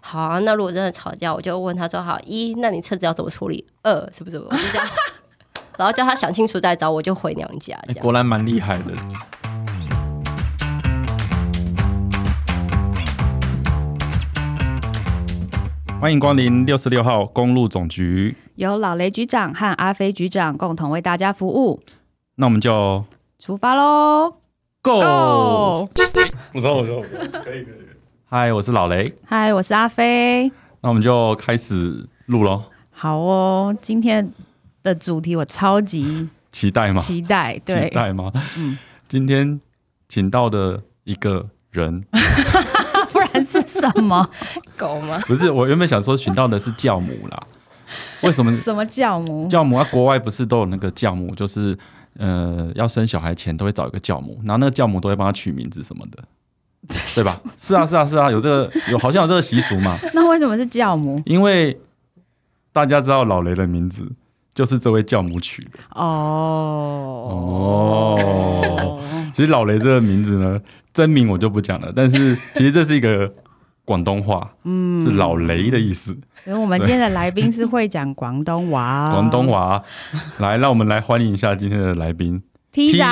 好啊，那如果真的吵架，我就问他说：好，一，那你车子要怎么处理？二，什么什么？我就这样然后叫他想清楚再找我，就回娘家这哎样。果然蛮厉害的。欢迎光临六十六号公路总局，由老雷局长和阿飞局长共同为大家服务。那我们就出发喽 Go！ ！Go！我说，我说，可以，可以。嗨，我是老雷，嗨，我是阿飞。那我们就开始录喽，好哦，今天的主题我超级期待吗？期待，期对，待吗？嗯今天请到的一个人，不然是什么狗吗？不是我原本想说请到的是教母 啦，为什么 什么教母？教母啊，国外不是都有那个教母，就是呃，要生小孩前都会找一个教母，然后那个教母都会帮他取名字什么的，对吧？是啊，是啊，是啊，有这个有好像有这个习俗嘛，那为什么是教母？因为大家知道老雷的名字就是这位教母取的哦哦。其实老雷这个名字呢，真名我就不讲了，但是其实这是一个广东话，嗯，是老雷的意思，所以我们今天的来宾是会讲广东话，广东话啊。来，让我们来欢迎一下今天的来宾。 T T 仔。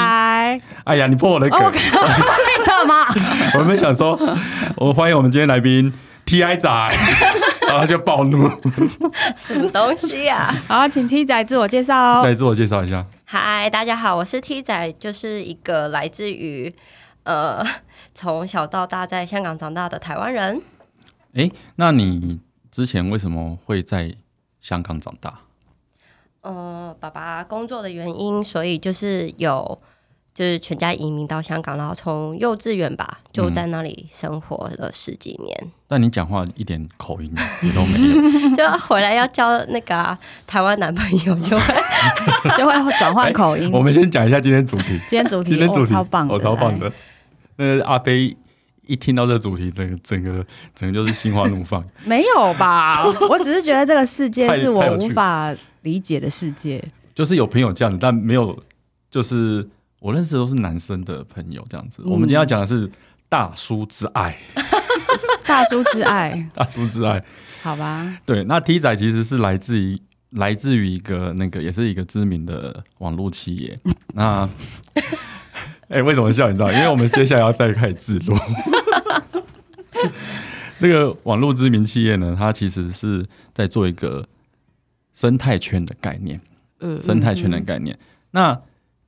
哎呀，你破我的梗。哦，为什么？ 我们想说，我欢迎我们今天来宾 TI 仔，然后就暴怒。什么东西啊呀、 好，请 T 仔自我介绍哦。再自我介绍一下，嗨，大家好，我是 T 仔，就是一个来自于呃从小到大在香港长大的台湾人。那你之前为什么会在香港长大？呃，爸爸工作的原因，所以就是有就是全家移民到香港，然后从幼稚园吧就在那里生活了十几年，但你讲话一点口音 也都没有，就回来要交那个啊、台湾男朋友，就会 就会转换口音。我们先讲一下今天主题，今嗯天主题今天主题哦、超棒的，哦，超棒的。那阿飞一听到这主题，整个整个整个就是心花怒放。 哎！没有吧？我只是觉得这个世界太是我太有趣无法理解的世界。就是有朋友这样子，但没有，就是我认识的都是男生的朋友这样嗯子。我们今天要讲的是大叔之爱，大叔之爱，大叔之爱。好吧？对，那 T 仔其实是来自于来自于一个那个也是一个知名的网络企业。那， 哎、为什么笑？你知道？因为我们接下来要再开始自 录。这个网络知名企业呢，它其实是在做一个生态圈的概念，嗯生态圈的概念。那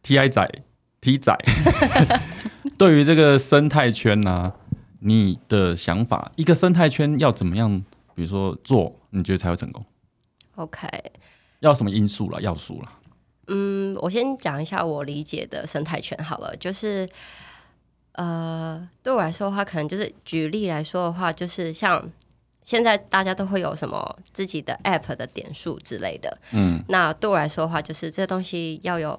T I 仔 T 仔对于这个生态圈呢、你的想法，一个生态圈要怎么样？比如说做，你觉得才会成功？ OK。要什么因素啦？要素啦？嗯，我先讲一下我理解的生态圈好了，就是呃，对我来说的话，可能就是举例来说的话，就是像现在大家都会有什么自己的 App 的点数之类的，嗯，那对我来说的话，就是这东西要有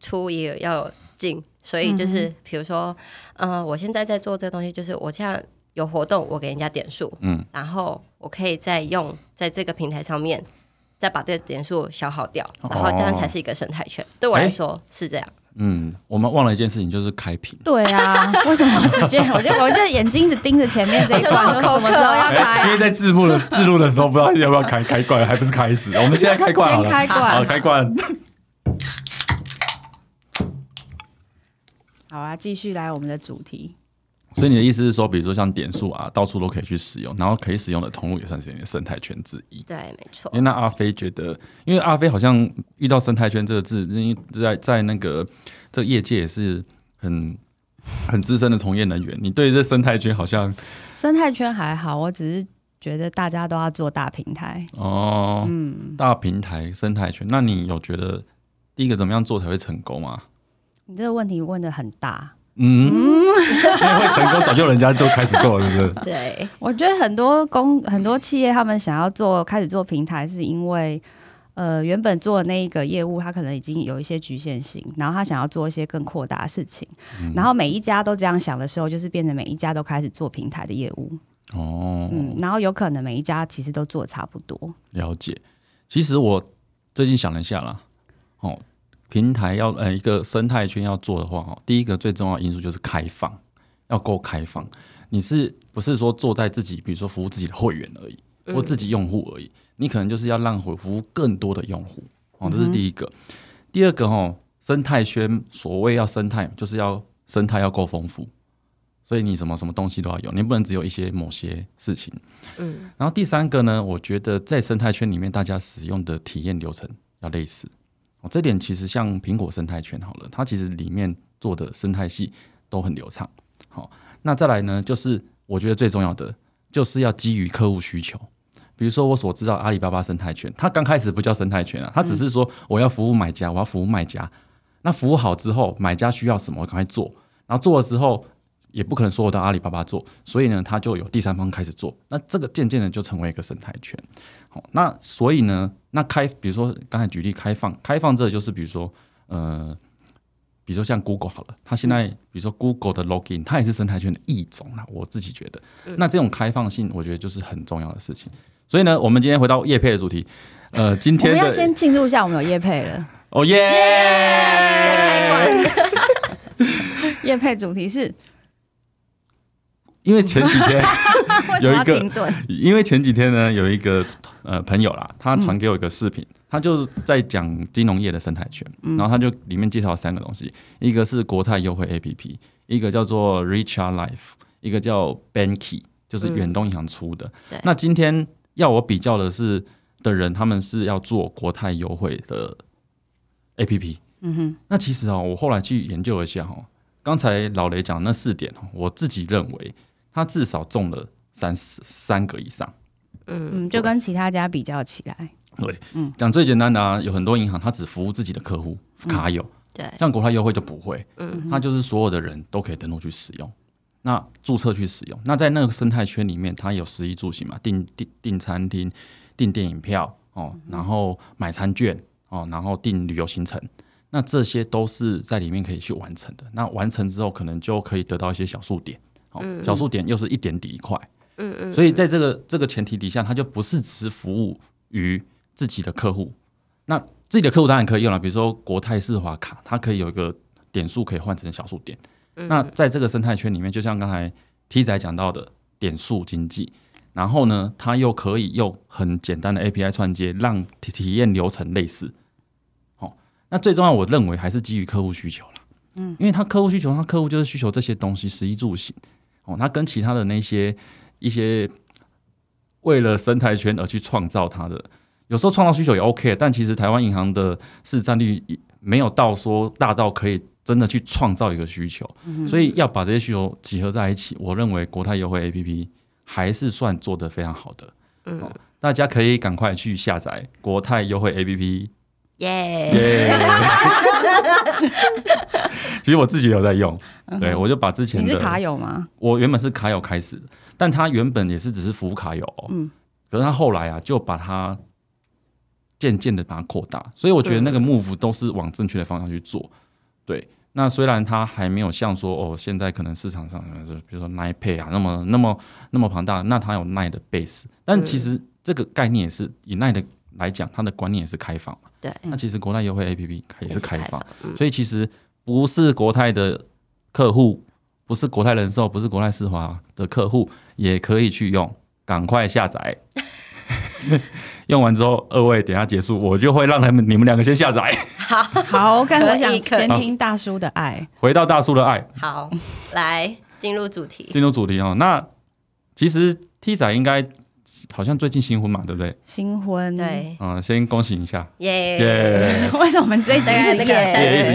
出也有要有进，所以嗯就是比如说，呃，我现在在做这东西，就是我现在有活动，我给人家点数，嗯，然后我可以再用在这个平台上面。再把这个点数消耗掉，哦然后这样才是一个生态圈。对我来说是这样。嗯，我们忘了一件事情，就是开屏。对啊，为什么直 接？我就我就眼睛一直盯着前面这一关，我觉得好说什口渴么时候要哎开因为啊？在字幕 的字录的时候，不知道要不要开开罐，还不是开始。我们现在开罐好先了，开好罐，开罐。好啊，继续来我们的主题。所以你的意思是说，比如说像点数啊，到处都可以去使用，然后可以使用的通路也算是你的生态圈之一。对，没错因。为那阿飞觉得，因为阿飞好像遇到“生态圈”这个字，因为在在那个这个业界也是很很资深的从业人员。你对这生态圈好像生态圈还好，我只是觉得大家都要做大平台。哦，大平台生态圈，那你有觉得第一个怎么样做才会成功啊吗？你这个问题问的很大。嗯， 因为会成功早就人家就开始做了，是不是？对，我觉得很多公很多企业他们想要做开始做平台，是因为呃原本做的那一个业务，它可能已经有一些局限性，然后他想要做一些更扩大的事情，嗯然后每一家都这样想的时候，就是变成每一家都开始做平台的业务，哦，嗯，然后有可能每一家其实都做得差不多，了解。其实我最近想了一下啦，哦，平台要呃一个生态圈要做的话，哦，第一个最重要的因素就是开放，要够开放。你是不是说做在自己，比如说服务自己的会员而已，嗯或自己用户而已？你可能就是要让服服务更多的用户哦，这是第一个。第二个哦，生态圈所谓要生态，就是要生态要够丰富，所以你什么什么东西都要有，你不能只有一些某些事情。嗯然后第三个呢，我觉得在生态圈里面，大家使用的体验流程要类似。哦，这点其实像苹果生态圈好了，它其实里面做的生态系都很流畅。好，那再来呢，就是我觉得最重要的就是要基于客户需求。比如说我所知道阿里巴巴生态圈，它刚开始不叫生态圈啊，它只是说我要服务买家，我要服务卖家。那服务好之后，买家需要什么，我赶快做。然后做了之后，也不可能所有的阿里巴巴做，所以呢，它就有第三方开始做，那这个渐渐的就成为一个生态圈。好，那所以呢，那开，比如说刚才举例开放，开放这就是比如说，呃，比如说像 Google 好了，它现在比如说 Google 的 login，它也是生态圈的一种啦，我自己觉得，那这种开放性，我觉得就是很重要的事情。所以呢，我们今天回到叶配的主题，呃，今我天们要的先庆祝一下，我们有叶配了。哦耶，叶配主题 是因为前几天。为什有么一要个停顿？因为前几天呢，有一个呃朋友啦，他嗯传给我一个视频，他就是在讲金融业的生态圈，嗯然后他就里面介绍三个东西，一个是国泰优惠 APP，一个叫做 Richard Life，一个叫 Banky，就是远东银行出嗯的。对那今天要我比较的是的人，他们是要做国泰优惠的 APP。嗯哼，那其实啊、我后来去研究一下哈、刚才老雷讲的那四点哦，我自己认为他至少中了三三个以上。嗯嗯，就跟其他家比较起来，对，讲最简单的啊，有很多银行它只服务自己的客户卡友，对，像国泰优惠就不会，嗯它就是所有的人都可以登录去使用，那注册去使用。那在那个生态圈里面，它有食衣住行嘛，订订订餐厅、订电影票哦，嗯然后买餐券哦，然后订旅游行程。那这些都是在里面可以去完成的。那完成之后，可能就可以得到一些小数点，哦，小数点又是一点抵一块，嗯嗯，所以在这个这个前提底下，它就不是只是服务于自己的客户。那自己的客户当然可以用了，比如说国泰世华卡，它可以有一个点数可以换成小数点。那在这个生态圈里面，就像刚才 T 仔讲到的点数经济，然后呢，它又可以用很简单的 API 串接，让体体验流程类似。好、那最重要，我认为还是基于客户需求啦。嗯，因为他客户需求，他客户就是需求这些东西，食衣住行。哦，那跟其他的那些一些为了生态圈而去创造它的，有时候创造需求也 OK，但其实台湾银行的市占率也没有到说大到可以真的去创造一个需求，嗯所以要把这些需求集合在一起，我认为国泰优惠 APP 还是算做得非常好的。嗯哦，大家可以赶快去下载国泰优惠 APP。耶，耶！ 其实我自己有在用，对我就把之前嗯你的是卡友吗？我原本是卡友开始的，但他原本也是只是服务卡友、哦，嗯可是他后来啊就把它渐渐的把它扩大，所以我觉得那个 move 都是往正确的方向去做。对，那虽然它还没有像说哦，现在可能市场上呃比如说 Nine Pay 啊，那么那么那么庞大，那它有 Nine 的 base，但其实这个概念也是以 Nine 的来讲，它的观念也是开放嘛。对那其实国泰优惠 APP 也是开放，，嗯所以其实不是国泰的客户，不是国泰人寿，不是国泰世华的客户，也可以去用，赶快下载。 用完之后，二位等一下结束，我就会让他们你们两个先下载。好，但 我想可以可以先听大叔的爱。回到大叔的爱，好，来进入主题，进入主题哦。那其实 T 仔应该好像最近新婚嘛，对不对？新婚，对，嗯、先恭喜一下，耶耶、 为什么我们这一集大概是那个耶三一十直耶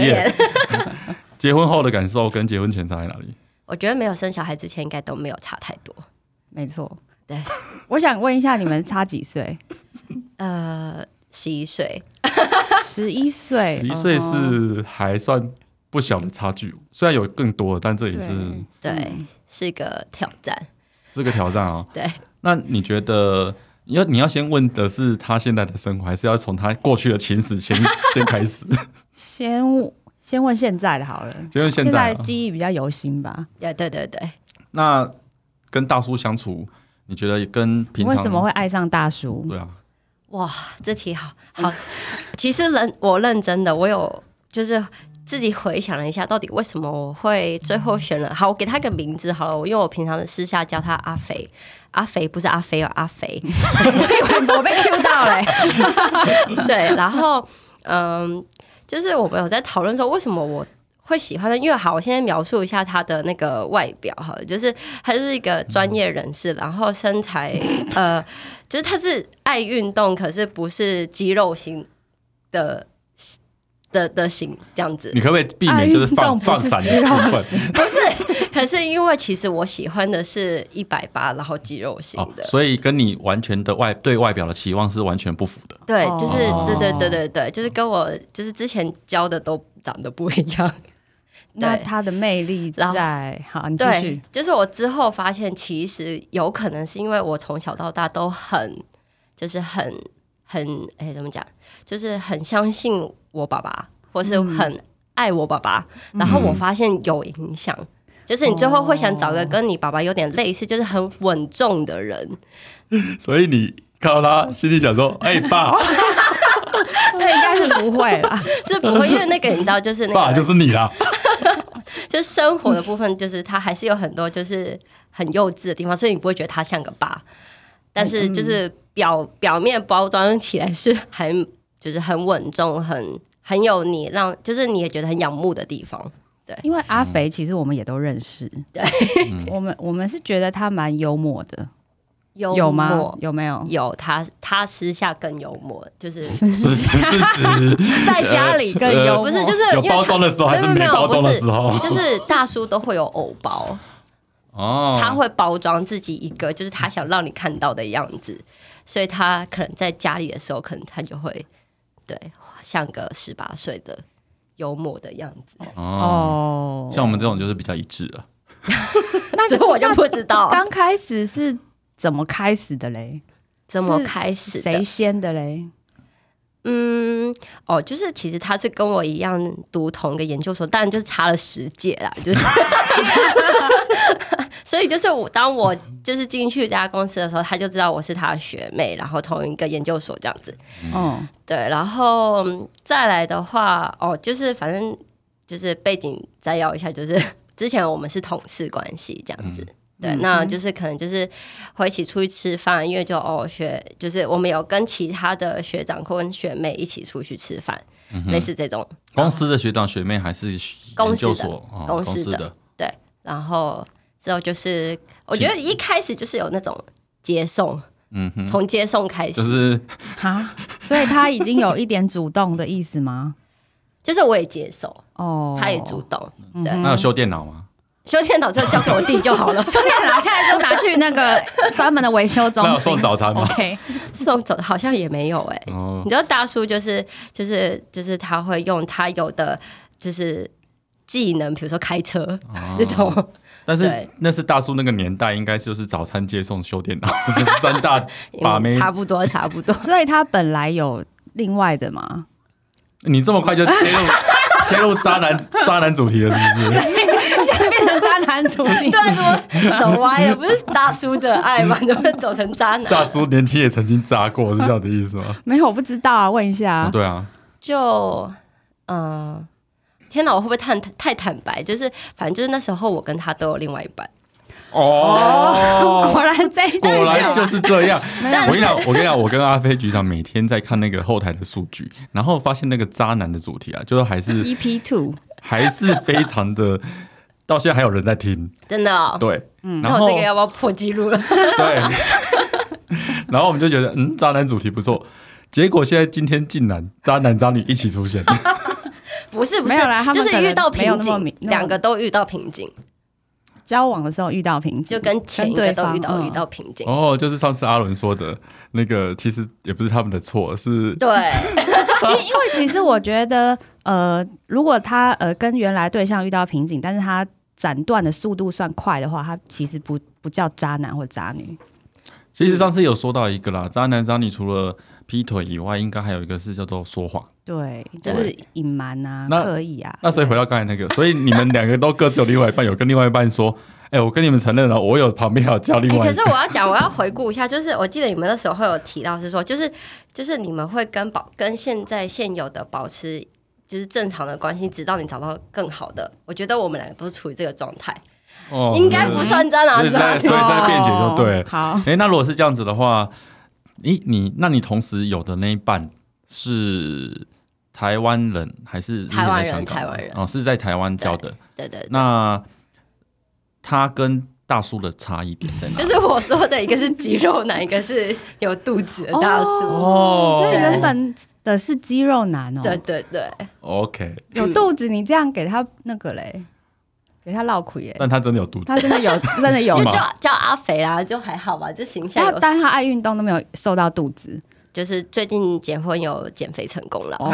年，结婚后的感受跟结婚前差在哪里？ 我觉得没有生小孩之前应该都没有差太多。没错，对。我想问一下，你们差几岁？呃，十一岁，十一岁，十一岁嗯是还算不小的差距，虽然有更多，但这也是对对，嗯是个挑战。是个挑战哦。对，那你觉得你要你要先问的是他现在的生活，还是要从他过去的情史先先开始？先先问现在的好了，就问现现在在啊、记忆比较犹新吧？对对对对，那跟大叔相处，你觉得跟平常为什么会爱上大叔？对啊？哇，这题好好。其实认我认真的，我有就是自己回想了一下，到底为什么我会最后选了？好，我给他一个名字好了，因为我平常私下叫他阿肥，阿肥不是阿飞哦，阿肥。 我被 Q 到 嘞、对，然后嗯，就是我们有在讨论说为什么我会喜欢他，因为好，我现在描述一下他的那个外表哈，就是他是一个专业人士，然后身材呃，就是他是爱运动，可是不是肌肉型的。的的型这样子你，可不可以避啊，免运就是放动不放是散肌的部肉分？型，不是，可是因为其实我喜欢的是一百八，然后肌肉型哦的，，所以跟你完全的外对外表的期望是完全不符的。对，就是哦对对对对对，就是跟我就是之前教的都长得不一样。那对他的魅力然后在，好，你继对续，，就是我之后发现，其实有可能是因为我从小到大都很，就是很很哎、怎么讲，就是很相信我爸爸，或是嗯很爱我爸爸。然后我嗯发现有影响，就是你最后会想找个哦跟你爸爸有点类似，就是很稳重的人。所以你看到他，心里想说：“哎、爸，那应该是不会 啦。是不会，因为那个你知道，就是那个爸就是你啦。就是生活的部分，就是他还是有很多就是很幼稚的地方，所以你不会觉得他像个爸，但嗯是就是表表面包装起来是很就是很稳重，很很有你让就是你也觉得很仰慕的地方。因为阿嗯肥其实我们也都认识，对我们我们是觉得他蛮幽默的，幽有吗默？有没有？有他，他私下更幽默，就是” 是是是指在家里更幽默，不是就是有因为包他装的时候，还是没有没有包装的不是时候？就是大叔都会有偶包，哦，他会包装自己一个就是他想让你看到的样子，所以他可能在家里的时候，可能他就会对像个十八岁的幽默的样子。哦，哦，像我们这种就是比较一致了。 那这我就不知道刚开始是怎么开始的嘞？怎么开始是谁的。先的嘞？嗯，哦，就是其实他是跟我一样读同一个研究所，当然就是差了十届啦，就是。 所以就是我，当我就是进去这家公司的时候，他就知道我是他的学妹，然后同一个研究所这样子。嗯哦，对，然后嗯再来的话，哦，就是反正就是背景摘要一下，就是 之前我们是同事关系这样子。对，嗯那嗯就是可能就是会一起出去吃饭，因为就哦学就是我们有跟其他的学长或跟学妹一起出去吃饭，嗯类似这种。公司的学长学妹还是研公司的究所，哦公司司的的，然后之后就是，我觉得一开始就是有那种接送，嗯哼，从接送开始，就是哈，所以他已经有一点主动的意思吗？就是我也接受，哦，嗯他也主动。对，那有修电 脑吗？修电脑之后交给我弟就 好了。充电拿下啊来就拿去那个专门的维修中那有心送。早餐哦吗？ OK，送走好像也没有哎、哦你，知道大叔就是就是就是他会用他有的就是技能，比如说开车、哦这种，哦但是对那是大叔那个年代，应该就是早餐接送、修电脑 三大把妹嗯。差不多差不 多。所以他本来有另外的嘛，你这么快就切入切入渣男渣男主题了，是不是？ 现在变成渣男主义。对，怎么走歪了？不是大叔的爱吗？怎么走成渣男？大叔年轻也曾经渣过，是这样的意思吗？ 没有，我不知道啊，问一哦下啊。对啊，就嗯、呃天哪，我会不会太太坦白？就是反正就是那时候我跟他都有另外一半， 哦，果然这一果件然事就是这样。没有我跟你讲，我跟你讲，我跟阿飞局长每天在看那个后台的数据，然后发现那个渣男的主题啊，就是还是 EP E two，还是非 常的，到现在还有人在听，真的、哦。对，然那后我这个要不要破纪录了？对， 然后我们就觉得，嗯，渣男主题不错。结果现在今天竟然渣男渣女一起出 现， 不是不是没有啦他们就是可能遇到没有瓶那么颈明，那么两个都遇到瓶颈，交往的时候遇到瓶颈，就跟嗯前一个都遇跟到对方嗯遇到瓶颈。哦，就是上次阿伦说的那个，其实也不是他们的错，是对， 其实，因为其实我觉得，呃，如果他呃跟原来对象遇到瓶颈，但是他斩断的速度算快的话，他其实不不叫渣男或渣女。其实上次有说到一个啦，渣男渣女除了劈腿以外，应该还有一个是叫做说谎。对，就是隐瞒啊，那刻意啊。那所以回到刚才那个，所以你们两个都各自有另外一半，有跟另外一半说，哎、我跟你们承认了，我有旁边还有叫另哎、外可一是个。我要讲，我要回顾一下，就是我记得你们那时候会有提到是说，就是就是你们会跟保跟现在现有的保持就是正常的关系，直到你找到更好的。我觉得我们两个都是处于这个状态，哦应该不算啊蟑螂所以抓在所以在辩解就对哦 好，哎、那如果是这样子的话，你你那你同时有的那一半是台湾人还是台湾人日本香港台湾人哦，是在台湾教的。 对对对那他跟大叔的差异点在哪？就是我说的一个是肌肉 男，一个是有肚子的大叔。哦所以原本的是肌肉男哦，对对对，哦 OK，有肚子，你这样给他那个嘞，给他绕苦耶，但他真的有肚子他真的有， 真的有嗯是就吗。叫叫阿肥啦，就还好吧，就形象但有。但他爱运动都没有瘦到肚子就是最近结婚有减肥成功了，哦，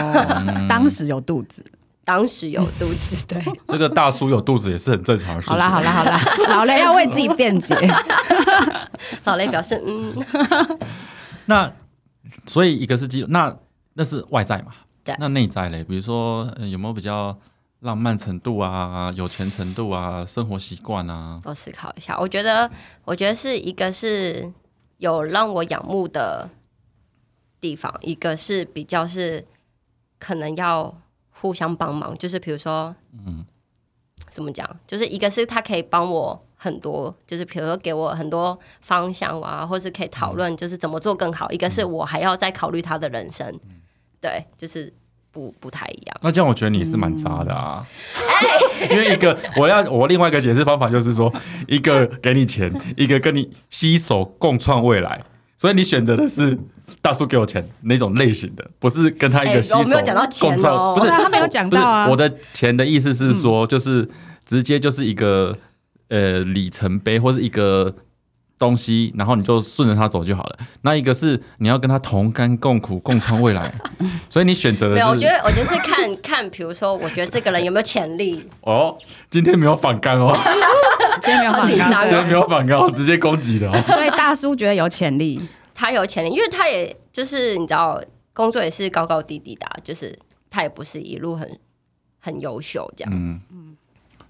嗯当时有肚子。当时有肚子，对，这个大叔有肚子也是很正常的事情。好啦好啦好啦， 老雷要为自己 辩解。老雷表示嗯，那所以一个是肌肉，那那是外在嘛？对那内在嘞，比如说、呃有没有比较浪漫程度啊、有钱程度啊、生活习惯啊？我思考一下，我觉得，我觉得是一个是有让我仰慕的地方，一个是比较是可能要互相帮忙，就是比如说，嗯，怎么讲，就是一个是他可以帮我很多，就是比如说给我很多方向啊，或是可以讨论就是怎么做更好，一个是我还要再考虑他的人生，对，就是不不太一样。嗯那这样我觉得你是蛮渣的啊，因为一个我要我另外一个解释方法就是说，一个给你钱，一个跟你携手共创未来，所以你选择的是大叔给我钱哪种类型的，不是跟他一哎个携手我没有讲到钱哦共创，不是对啊他没有讲不是到啊我的钱的意思是说，嗯就是直接就是一个呃里程碑或是一个东西，然后你就顺着它走就好了。那一个是你要跟他同甘共苦、共创未 来，所以你选择的没是有，我觉得我觉得是看 看，比如说，我觉得这个人有没有潜力，哦，今天没有反 刚哦，今天没有好紧张放大哦今天没有反刚哦，直接攻击的哦。所以大叔觉得有潜力，他有潜力，因为他也就是你知道，工作也是高高低低的啊、就是他也不是一路很很优秀这样。嗯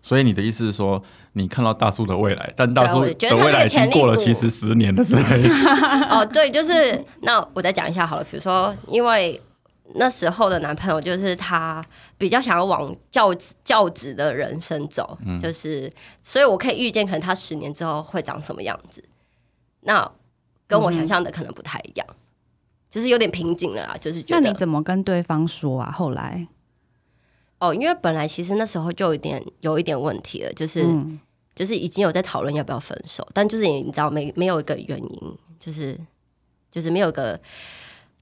所以你的意思是说，你看到大叔的未来，但大叔对我觉得的他未来已这经个潜力过了股其实十年了之 类的。 哦，对，就是那我再讲一下好了，比如说，因为那时候的男朋友就是他比较想要往教职教职的人生走，嗯就是所以我可以预见，可能他十年之后会长什么样子。那跟嗯我想象的可能不太一样，就是有点瓶颈了啦，就是觉那得你怎么跟对方说啊？后来，哦，因为本来其实那时候就有一点有一点问题了，就是、嗯，就是已经有在讨论要不要分手，但就是你知道没没有一个原因，就是就是没有一个。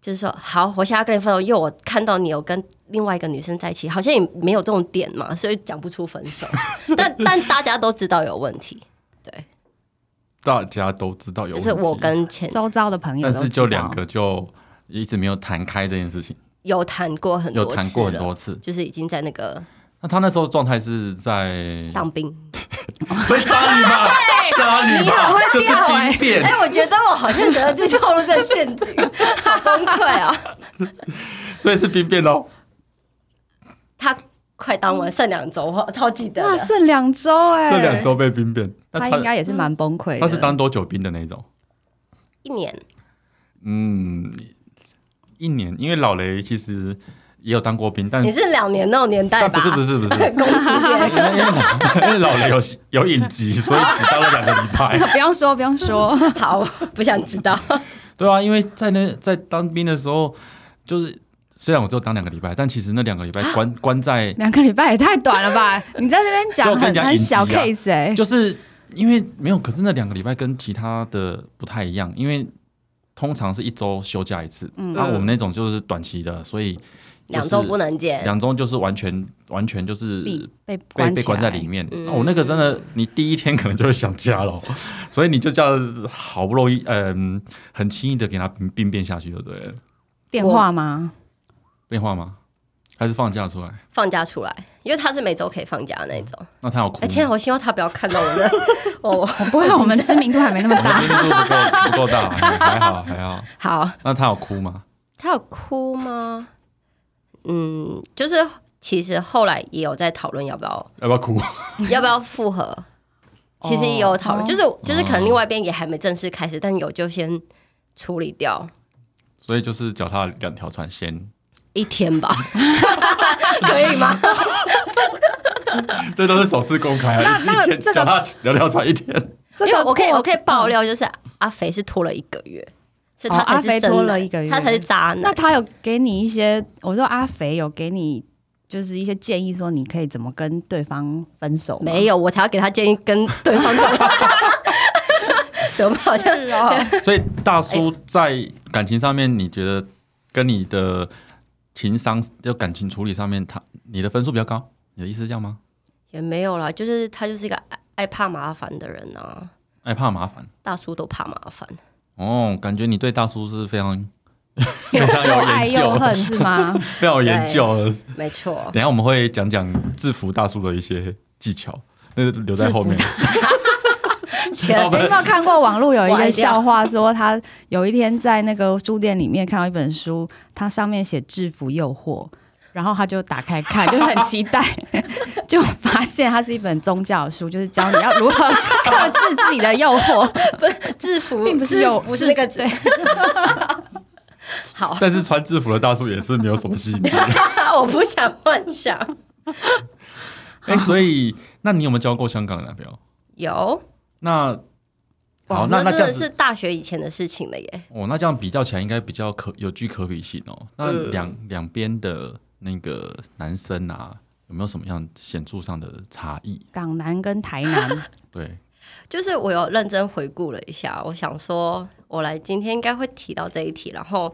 就是说，好，我现在要跟你分手，因为我看到你有跟另外一个女生在一起，好像也没有这种点嘛，所以讲不出分 手。但但大家都知道有问题，大家都知道有就问题，是我跟前周遭的朋友但都是知道就两个就一直没有谈开这件事情，有谈过很多有次谈过很了多次。就是已经在那个那他那时候状态是在，当兵。所以渣女吧，渣女吧， 就是兵 哎、变。我觉得我好像觉得自己落入在陷阱， 好崩溃啊！所以是兵变喽。他快当完剩两周，我超记得哇，的。剩两周哎，这两周被兵变，那他应该也是蛮崩溃的。他是当多久兵的那种？一年嗯，一年，因为老雷其实也有当过兵，但你是两年那种年代嗯但吧？不是不是不是， 因为攻击因为老因 为老雷有有隐疾，所以只当了两个礼拜。 不要说，不要说， 别人，好， 我不想知道。对啊，因为在那在当兵的时候，就是虽然我只有当两个礼拜，但其实那两个礼拜关关在，两个礼拜也太短 了吧？你在这边就讲我跟很你讲很小隐疾啊 case 哎，就是因为没有，可是那两个礼拜跟其他的不太一样，因为通常是一周休假一次，嗯啊，我们那种就是短期的，所以两周不能，能见，两周就是完全完全就是被被被关被起关在来里面。那、嗯我、那个真的，你第一天可能就会想家了，所以你就这样好不容易，嗯、很轻易的给他病病变下去就对了。电话吗？变化吗？还是放假出来？放假出来，因为他是每周可以放假的那种。那他有哭哎、吗？天啊，我希望他不要看到 我的我不会，我们知名度还没那么 我们大。今天度不够不够大，还好还好。好。那他有哭吗？他有哭吗？嗯，就是其实后来也有在讨论要不 要要不要哭？要不要复合，其实也有讨论，哦就是就是可能另外一边也还没正式开始，但有就先处理掉。所以就是脚踏两条船先，一天吧，可以吗？ 这都是首次公开啊，那那一天这个脚踏聊聊船一天， 这因为个我可以过嗯我可以爆料，就是阿肥是拖了一个月，所以哦他才阿是肥真拖的了一个月他才是渣那男。他有给你一些，我说阿肥有给你就是一些建议，说你可以怎么跟对方分手？没，有，我才要给他建议跟对方怎么 怎么好像哦所以大叔在感情上面，你觉得跟你的情商就感情处理上面，他你的分数比较高，你的意思是这样吗？ 也没有啦，就是他就是一个爱爱怕麻烦的人啊，爱哎怕麻烦大叔都怕麻烦。哦，感觉你对大叔是非常 非常又有爱研又究的，恨是 吗？非常有研究的。没错， 等一下我们会讲讲制服大叔的一些技巧，那个留在后面。天啊好你吧有没有看过网络有一歪个掉笑话，说他有一天在那个书店里面看到一本书，它上面写《制服诱惑》，然后他就打开看，就很期待， 就发现它是一本宗教书，就是教你要如何克制自己的诱惑，制服并不是制诱，服不是那个对。好，但是穿制服的大叔也是没有什么 吸引力。我不想幻想。哎、所以那你有没有交过香港的男朋友？有，那好，哇那那真这样的子是，大学以前的事情了耶。哦，那这样比较起来，应该比较可有据可比性哦。那嗯两两边的那个男生啊，有没有什么样显著上的差异？港男跟台南，对，就是我有认真回顾了一下，我想说，我来今天应该会提到这一题，然后，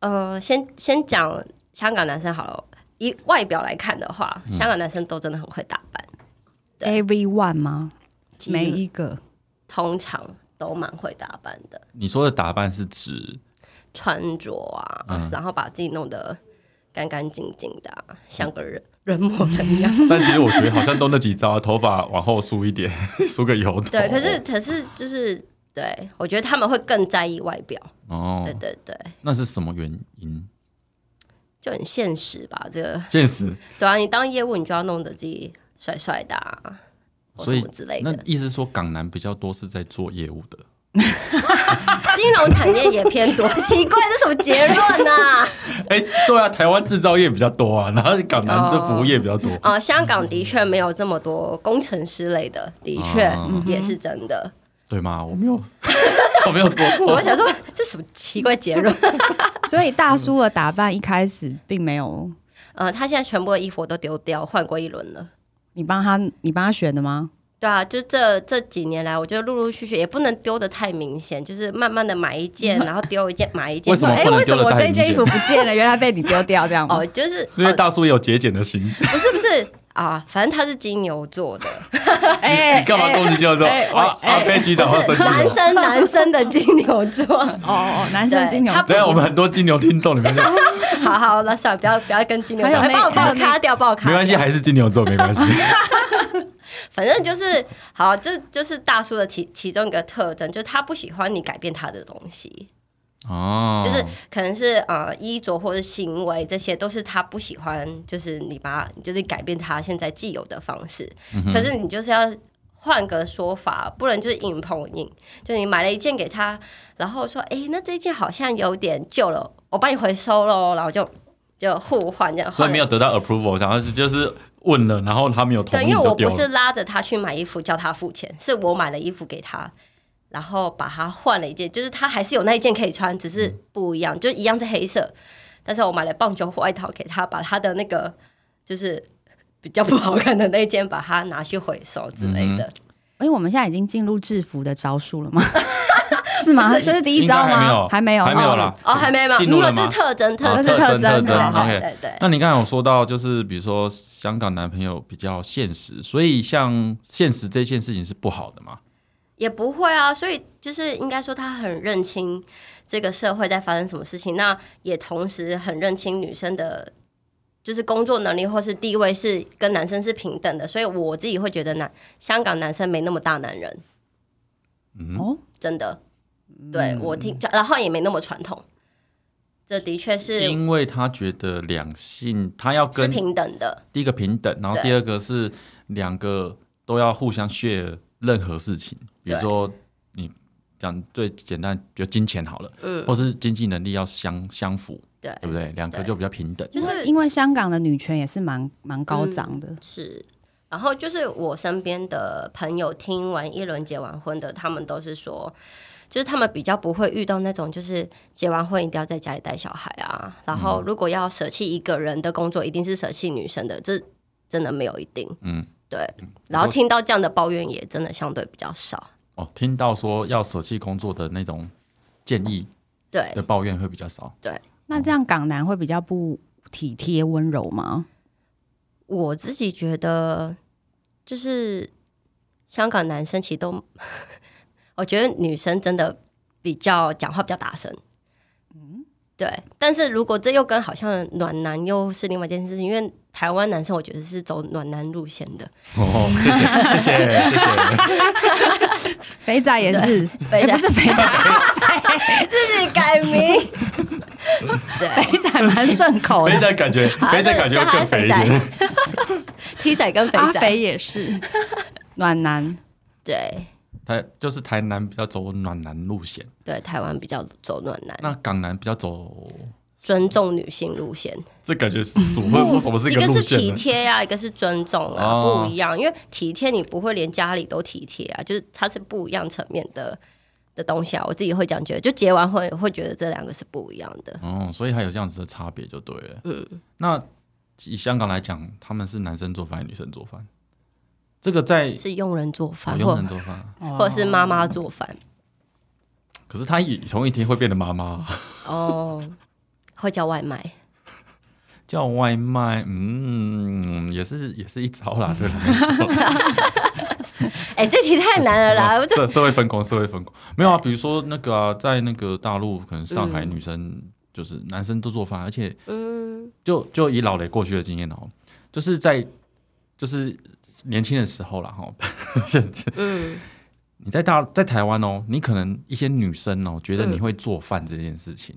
呃，先先讲香港男生好了。以外表来看的话，嗯香港男生都真的很会打扮， 对 everyone 吗？其实每一个通常都蛮会打扮的，你说的打扮是指 穿着啊，嗯然后把自己弄得干干净净的啊、像个人人模人 样。但其实我觉得好像都那几招，啊头发往后梳一点， 梳个油头。对，可是可是就是对，我觉得他们会更在意外表。哦对，对对，那是什么原因？就很现实吧？这个现实，对啊，你当业务你就要弄得自己帅帅的、啊，或所什以么之类那的。意思说港男比较多是在做业务的， 金融产业也偏多，奇怪，这什么结论 啊？哎、对啊，台湾制造业比较多啊，然后港南这服务业比较多。呃，香港的确没有这么多工程师类的，的确、啊嗯也是真的。对吗？我没有， 我没有说错我。想说，这什么奇怪结论？ 所以大叔的打扮一开始并没有呃，他现在全部的衣服我都丢掉，换过一轮了。你帮他，你帮他选的吗？对啊，就这这几年来，我觉得陆陆续续也不能丢的太明显，就是慢慢的买一 件，然后丢一件，买一件。为什么哎，不能为丢什得么我太这明件衣显服？不见了？原来被你丢掉，这 样吗哦，？就是是因为哦大叔也有节俭的心，你不是不是啊，反正他是金牛座的，哦哎干嘛攻击就是说哎啊哎啊，飞局长不要是生气男了。生男生的金牛座。 哦哦，男生金牛对他，啊等一下我们很多金牛听众里 面，好好，那算了，不要不要跟金牛还座，有哎那帮我帮还我有那卡掉，帮我卡没掉。关系，还是金牛座没关系。反正就是好，这就是大叔的其其中一个特征，就是他不喜欢你改变他的东西， 哦就是可能是呃衣着或者行为，这些都是他不喜欢，就是你把就是改变他现在既有的方式，嗯可是你就是要。换个说法，不然就是硬碰硬。就你买了一件给他，然后说：“哎、那这件好像有点旧了，我帮你回收喽。”然后就就互换这样。所以没有得到 approval，然后就是问了，然后他没有同对，意因为就我丢不了是。拉着他去买衣服叫他付钱，是我买了衣服给他，然后把他换了一件，就是他还是有那一件可以穿，只嗯是不一样，就一样是黑色，但是我买了棒球外套给他，把他的那个就是比较不好看的那一件，把它拿去回收之类的。嗯哎，我们现在已经进入制服的招数 了吗？是吗？这是第一招应该还没有吗？还还没有，没有哦啦哦，还没吗？进没入了有，吗这是特征，哦特征这是特对征特征对 OK。对对。那你刚才有说到，就是比如说香港男朋友比较现实，所以像现实这件事情是不好的嘛？也不会啊，所以就是应该说他很认清这个社会在发生什么事情，那也同时很认清女生的，就是工作能力或是地位是跟男生是平等的，所以我自己会觉得男香港男生没那么大男人，嗯，哦，真的，对我听，然后也没那么传统，这的确是因为他觉得两性他要是跟平等的，第一个平等，然后对第二个是两个都要互相 share 任何事情，比如对说你讲最简单，就金钱好了，嗯，或是经济能力要相相符，对对不对？两个就比较平等。就是嗯因为香港的女权也是蛮蛮高涨的，是。然后就是我身边的朋友，听完一轮结完婚的，他们都是说，就是他们比较不会遇到那种，就是结完婚一定要在家里带小孩啊。然后嗯如果要舍弃一个人的工作，一定是舍弃女生的，这真的没有一定。嗯，对。你说然后听到这样的抱怨，也真的相对比较少。哦，听到说要舍弃工作的那种建议对，的抱怨会比 较少。那这样港男会比较不体贴温柔吗？我自己觉得，就是香港男生其实都， 我觉得女生真的比较讲话比较大声。嗯，对。但是如果这又跟好像暖男又是另外一件事情，因为台湾男生我觉得是走暖男路线 的，哦，谢谢谢谢谢 谢。肥仔也是，肥也仔哎不是肥 仔，自己改 名。对肥仔蛮顺口肥的，仔感觉，好肥仔感觉叫他会更肥一点。 ，T 仔跟肥阿仔，肥也 是暖男。对台就是台南比较走暖男路线，对，台湾比较走暖男，那港南比较走，尊重女性路线。这感觉是数会不什么是一个个路是线体呢？贴啊，一个是尊重啊，哦不一样。因为体贴你不会连家里都体贴啊，就是它是不一样层面的的东西啊。我自己会这样觉得，就结完婚会觉得这两个是不一样的。哦，所以还有这样子的差别就对了。嗯，那以香港来讲，他们是男生做饭还是女生做饭？这个在是佣人做我饭，用或哦人做饭，或者是妈妈做饭可是他也从一天会变得妈妈哦，会叫外卖。叫外卖，嗯，也是也是一招啦，对啦，没错。哎，这题太难了 啦！我这啊社社会分工，社会分工没有啊。比如说那个啊，在那个大陆，可能上海女生就是男生都做饭，而且嗯就就以老雷过去的经验哦，就是在就是年轻的时候啦， 哈，嗯，你在大在台湾哦，你可能一些女生哦，嗯觉得你会做饭这件事情，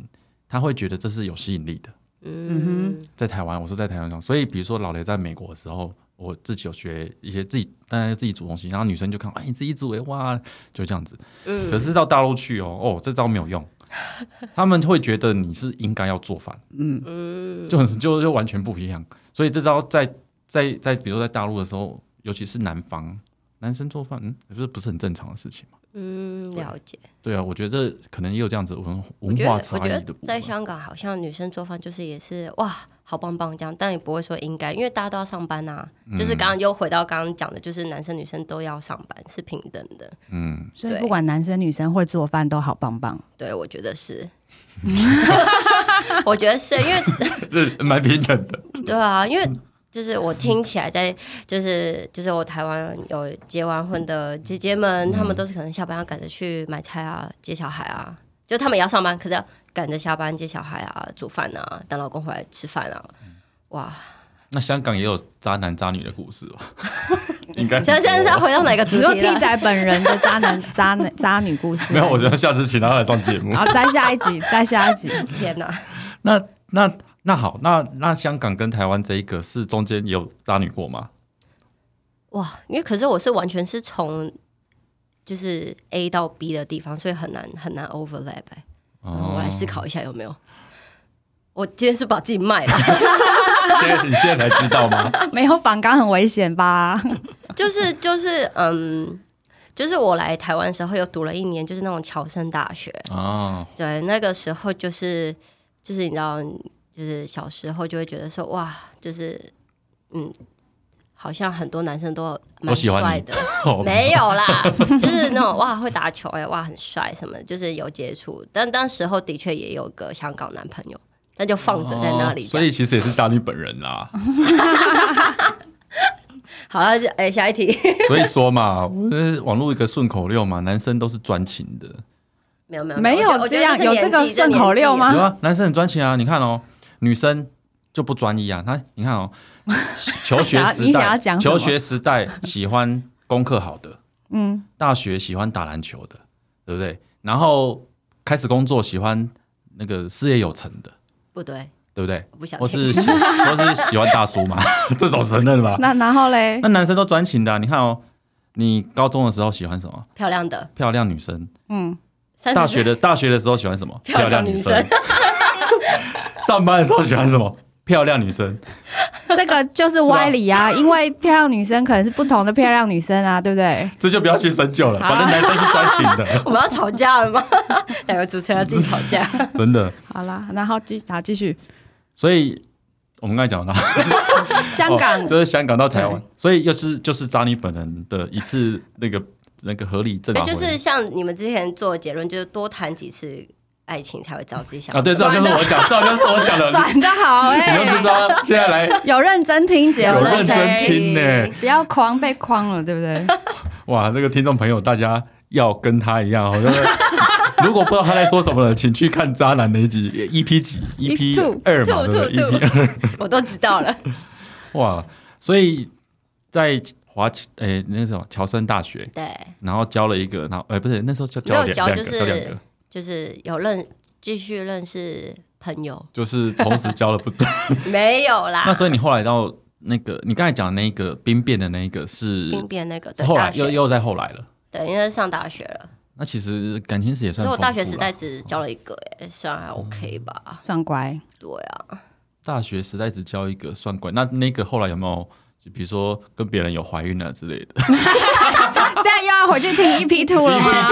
她会觉得这是有吸引力的。嗯在台湾，我说在台湾讲，所以比如说老雷在美国的时候，我自己有学一些自己，当然自己煮东西，然后女生就看，哎，你自己煮哎，哇，就这样子。嗯可是到大陆去哦，哦，这招没有用，他们会觉得你是应该要做饭，嗯，嗯，就就就完全不一样。所以这招在在在，比如说在大陆的时候，尤其是南方，男生做饭，嗯，不是不是很正常的事情嘛？嗯，了解。对啊，我觉得这可能也有这样子文我文觉得化差我觉异的得部在 分。香港好像女生做饭就是也是哇，好棒棒这样，但也不会说应该，因为大家都要上班呐、嗯就是刚刚又回到刚刚讲的，就是男生女生都要上班，是平等的。嗯，所以对不管男生女生会 做饭都好棒棒。对，我觉得 是。 我觉得是因为这蛮平等的。对啊，因为就是我听起来在就是就是我台湾有结完婚的姐姐们，她们都是可能下班要赶着去买菜啊、接小孩啊，就她们也要上班，可是要赶着下班接小孩啊、煮饭啊、等老公回来吃饭啊。哇，那香港也有渣男渣女的故事吧？ 应该啊现在现在是要回到哪个主你说题 T 了？仔本人的渣男、渣男、渣女故 事，没有，我觉得下次请他来上节目。啊好，再下一集，再下 一集。天哪！那那那好，那那香港跟台湾这一个是中间有渣女过吗？ 哇，因为可是我是完全是从就是 A 到 B 的地方，所以很难很难 overlap、欸。哦嗯我来思考一下有没有。我今天是把自己卖了，现在你现在才知道吗？没有反刚很危 险吧？就是就是嗯，就是我来台湾的时候有读了一年，就是那种侨生大学，啊，对，那个时候就是就是你知道，就是小时候就会觉得说哇，就是嗯，好像很多男生都蛮我喜欢你 帅的，哦没有啦，就是那种哇会打球哎、哇很帅什么的，就是有接触，但当时候的确也有个香港男朋友，那就放着在那里哦这所样。以其实也是渣女本人啦。好了，就哎、下一题 所以说嘛，我就是网络一个顺口溜嘛，男生都是专情的，没有没有没有我觉得这样我觉得是有这个年纪顺口溜吗年纪有啊，男生很专情啊。你看哦，女生就不专一啊。他你看 哦，求学时你想要代，讲什求么学时代喜欢功课好的，嗯，大学喜欢打篮球的，对不对？然后开始工作喜欢那个事业有成的，不对，对不对？我不想或听。是喜或是喜欢大叔 嘛，这种承认吧。那然后嘞，那男生都专情的啊、你看哦，你高中的时候喜欢什么？漂亮的，漂亮女生。嗯， 30 大学的大学的时候喜欢什么？漂亮女生漂亮女生。 上班的时候喜欢什么？漂亮女生，这个就是歪理啊，因为漂亮女生可能是不同的漂亮女生啊，对 不对？这就不要去深究了，啊好反正男生是专情的，我们要吵架了吗？ 两个主持人要自己吵 架，真的。好啦，然后继好 继续，所以我们刚才讲到哪，香港、哦就是香港到台湾，所以又是就是扎尼本人的一次那个那个合理正对，反哎就是像你们之前做的结论，就是多谈几次爱情才会知道自己想啊，对，这什好么像是我讲，这好像是我 讲的，转的好你哎、要知道，现在来有认真听节目，有认真听呢，不要框被框了，对 不对？哇，这个听众朋友，大家要跟他一 样，好像。如果不知道他在说什么了，请去看《渣男》那一集 EP 几 EP E two，二嘛，兔对 E 不兔对？EP 兔， 我都知道了。哇，所以在华诶、那个什么乔森大学，对，然后教了一个，然后诶、呃不是那时候教教没有两教两就个，是教两个，就是有认继续认识朋 友，就是同时教了不 多。没有啦那。所以你后来到那个你刚才讲的那个兵变的那个是兵变那个是对后来大又学，又在后来了。对，因为上大学了，那其实感情史也可算是丰我富啦。大学时代只交了一个，哎，算还 OK 吧？算乖，对啊，大学时代只教一个算管，那那个后来有没有？就比如说跟别人有怀孕啊之类的， 现在又要回去听 EP two 了 E 吗？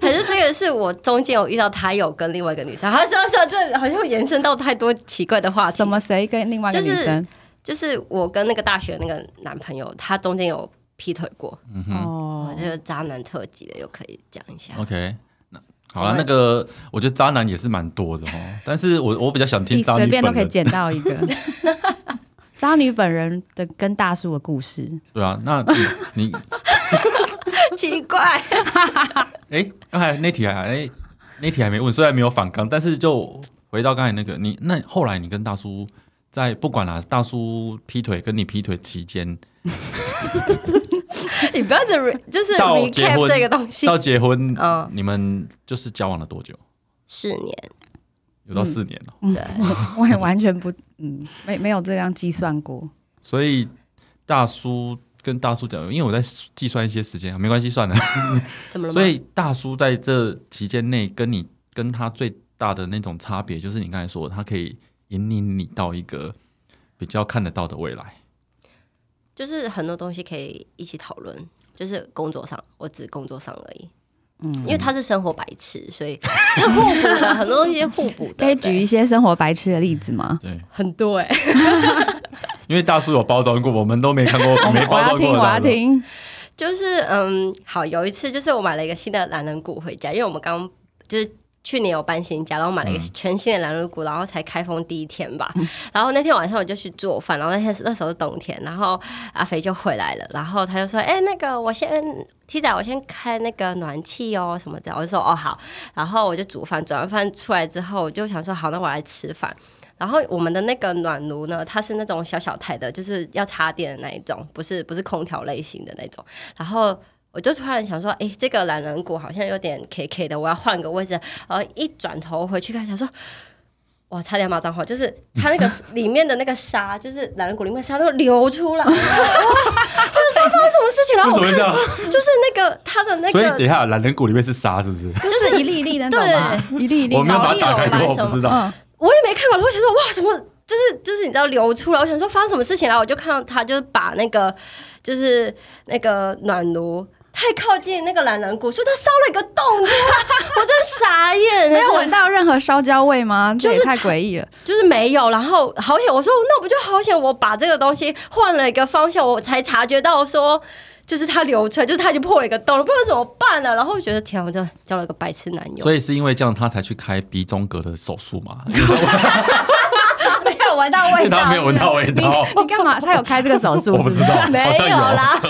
可是这个是我中间有遇到他有跟另外一个女生，他说说这好像延伸到太多奇怪的话题什，么谁跟另外一个女生？就是我跟那个大学那个男朋友，他中间有劈腿过，嗯我哦这，个渣男特辑的又可以讲一下。 OK，那好我了，们那个我觉得渣男也是蛮多的哦，但是我我比较想听你渣随女便都本可以人，捡到一 个。渣女本人的跟大叔的故事， 对啊，那你你 奇怪，哎，刚才那题还哎那题还没问，虽然没有反刚，但是就回到刚才那个，你那后来你跟大叔在不管啦、大叔劈腿跟你劈腿期间你不要只 re, 就是到结婚 recap 这个东西到结婚，嗯你们就是交往了多久？四年，嗯有到四年哦了。嗯对，我也完全不，嗯，没没有这样计算过。所以大叔跟大叔讲，因为我在计算一些时间，没关系，算了。怎么了吗？所以大叔在这期间内跟你跟他最大的那种差别，就是你刚才说的，他可以引领你到一个比较看得到的未来。就是很多东西可以一起讨论，就是工作上，我只工作上而已。嗯嗯，因为他是生活白痴，所以就是互补的，很多东西是互补的。可以举一对些生活白痴的例子吗？对，很多哎、因为大叔有包装过，我们都没看过，没我包要装听，过的我大要叔。听。就是嗯，好，有一次就是我买了一个新的懒人谷回家，因为我们刚就是去年有搬新家，然后买了一个全新的懒人谷，然后才开封第一天吧。然后那天晚上我就去做饭，然后那天是那时候是冬天，然后阿肥就回来了，然后他就说：“哎、那个我先。”提仔，我先开那个暖气哦，什么的。我就说哦好，然后我就煮饭，煮完饭出来之后，我就想说好，那我来吃饭。然后我们的那个暖炉呢，它是那种小小台的，就是要插电的那一种，不是不是空调类型的那种。然后我就突然想说，诶，这个懒人骨好像有点 K K 的，我要换个位置。然后一转头回去看，想说，哇，差点骂脏话，就是它那个 里面的那个沙，就是懒人骨里面的沙都流出来了。哇我 就说发生什么事情？然为后什么我会这样？就是那个它的那所以等个一下，懒人谷里面是沙，是不是？就是一粒一粒那种嘛，一粒一粒我那没有种。把它打开老过，六来我什么不知道。嗯，我也没看过，然后我想说哇，什么就是就是你知道流出来，我想说发生什么事情了，然后啊我就看到他就是把那个就是那个暖炉。太靠近那个懒人骨，所以他烧了一个洞出来我真傻眼。没然有后闻到任何烧焦味吗？就是这也太诡 异了。就是没有，然后好险，我说那我不就好险，我把这个东西换了一个方向，我才察觉到说，就是它流出来，就是它已经破了一个洞了，不知道怎么办了。然后我觉得天啊，我就交了一个白痴男友，所以是因为这样，他才去开鼻中隔的手术嘛？没有闻到味因为道，他没有闻到味道，你干嘛？他有开这个手术我是不不知是？道，没好像有有。啊啦。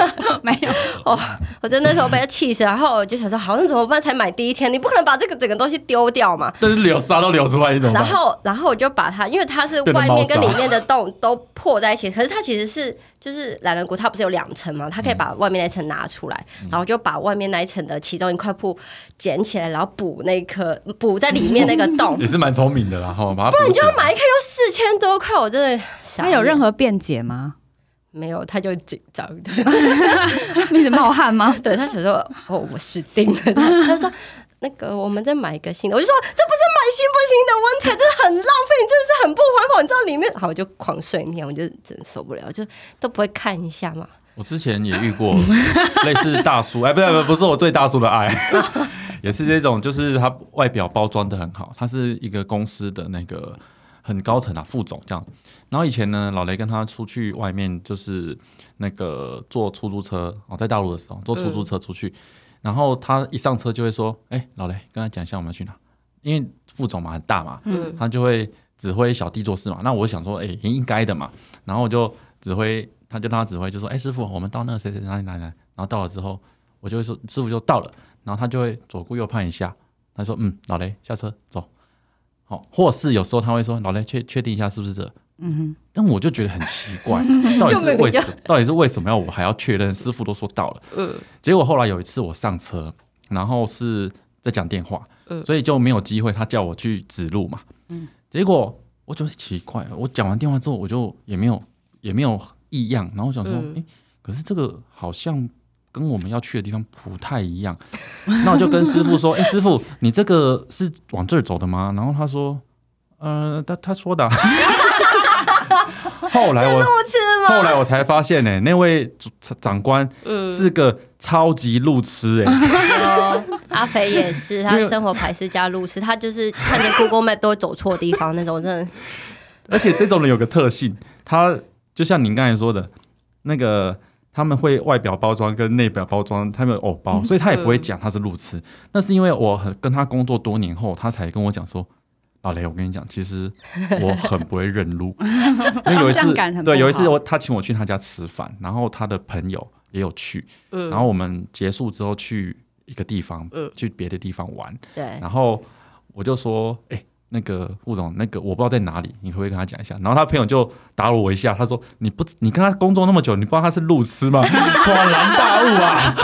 没有，哦，我真的那时候被他气死，然后我就想说，好，那怎么办？才买第一天，你不可能把这个整个东西丢掉嘛。但是流沙都流出来，你怎么然办？后，然后我就把它，因为它是变得外猫面砂跟里面的洞都破在一起，可是它其实是就是懒人骨，它不是有两层嘛，它可以把外面那一层拿出来，嗯然后就把外面那一层的其中一块布捡起来，然后补那颗补在里面那个 洞也。是蛮聪明的啦，然后把它不你就要买一颗要四千多块，我真的傻他眼。有任何辩解吗？ 没有？他就紧张的。你冒汗吗？对他想说，哦，我死定了。他就说，那个我们再买一个新的，我就说这不是买新不新的温台，真的很浪费，你真的是很不环保。你知道里面，好，我就狂睡尿，我就真的受不了，就都不会看一下嘛。我之前也遇过类似大叔，哎，不对，不不是我对大叔的爱，也是这种，就是他外表包装的很好，他是一个公司的那个很高层啊，副总这样。然后以前呢，老雷跟他出去外面就是那个坐出租车哦，在大陆的时候坐出租车出去，然后他一上车就会说：“哎、老雷，跟他讲一下我们要去哪。”因为副总嘛很大嘛，嗯他就会指挥小弟做事嘛。那我想说，哎、应该的嘛。然后我就指挥，他就让他指挥，就说，哎、师傅，我们到那个谁谁哪里哪里哪里。然后到了之后，我就会说，师傅就到了。然后他就会左顾右盼一下，他说，嗯，老雷下车走。好、或是有时候他会说，老雷确确定一下是不是这？嗯但我就觉得很奇 怪，到底是为什么？到底是为什么要我还要确认？师傅都说到了。嗯结果后来有一次我上车，然后是在讲电话，嗯所以就没有机会，他叫我去指路嘛。结果我就是奇怪，我讲完电话之后，我就也没有也没有异样，然后我想说，哎、嗯可是这个好像跟我们要去的地方不太一样， 那我就跟师傅说，哎、师傅，你这个是往这儿走的吗？然后他说，呃，他他说的啊、 后来我不吃吗？后来我才发现、呢，那位主长官嗯，是个超级路痴哎、有阿肥也是，他因为生活排斥加路痴，他就是看见 Google Map 都会走错地方那种，真的而且这种人有个特性，他就像您刚才说的，那个他们会外表包装跟内表包装，他们有偶嗯包，所以他也不会讲他是路痴。那是因为我很跟他工作多年后，他才跟我讲说。老雷，我跟你讲，其实我很不会认 路，因为有一方向感次，很对，不有一次好我他请我去他家吃饭，然后他的朋友也有去，嗯然后我们结束之后去一个地方，嗯去别的地方玩，对，然后我就说，哎、那个副总，那个我不知道在哪里，你可不可以跟他讲一下？然后他朋友就打了我一下，他说：“你不，你跟他工作那么久，你不知道他是路痴吗？” 恍然大悟 啊！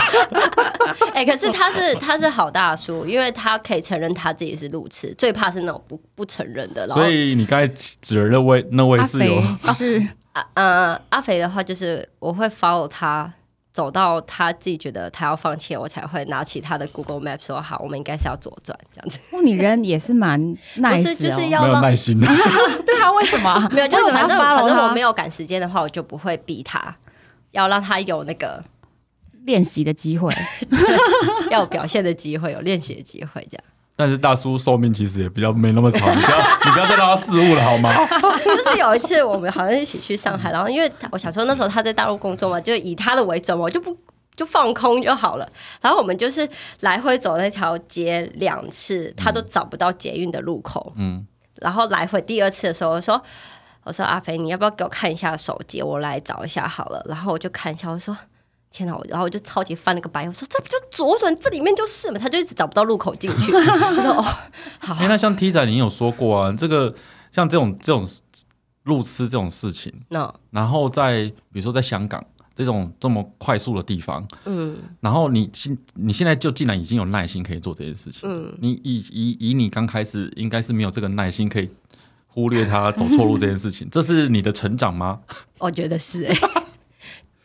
哎、可是他是他是好大叔，因为他可以承认他自己是路痴，最怕是那种不不承认的。然后所以你刚才指的那位那哼，位阿是有肥是啊呃，阿肥的话就是我会 follow 他。走到他自己觉得他要放弃了，我才会拿起他的 Google Map 说：“好，我们应该是要左转这样子。 哦，你人也是蛮 nice 不哦是就是要没有让耐心的， 对啊，为什么？没有，就为是什么反要正反 follow 正我他没有赶时间的话，我就不会逼他，要让他有那个练习的机会。要有表现的机会，有练习的机会，这样。但是大叔寿命其实也比较没那么长，你不要你不要再让他失误了好吗？就是有一次我们好像一起去上嗯海，然后因为他我想说那时候他在大陆工作嘛，就以他的为准嘛，我就不就放空就好了。然后我们就是来回走那条街两次，他都找不到捷运的路口。嗯，然后来回第二次的时候，我说我说阿肥，你要不要给我看一下手机？我来找一下好了。然后我就看一下，我说。天哪！我然后我就超级翻了个白眼，我说这不就左转，这里面就是嘛，他就一直找不到路口进 去。我说哦，好因，为那像 T 仔，你有说过啊，这个像这种这种路痴这种事情，那然后在比如说在香港这种这么快速的地方，嗯然后你现你现在就竟然已经有耐心可以做这件事情，嗯，你以以以你刚开始应该是没有这个耐心可以忽略他走错路这件事 情，这是你的成长吗？我觉得是、欸，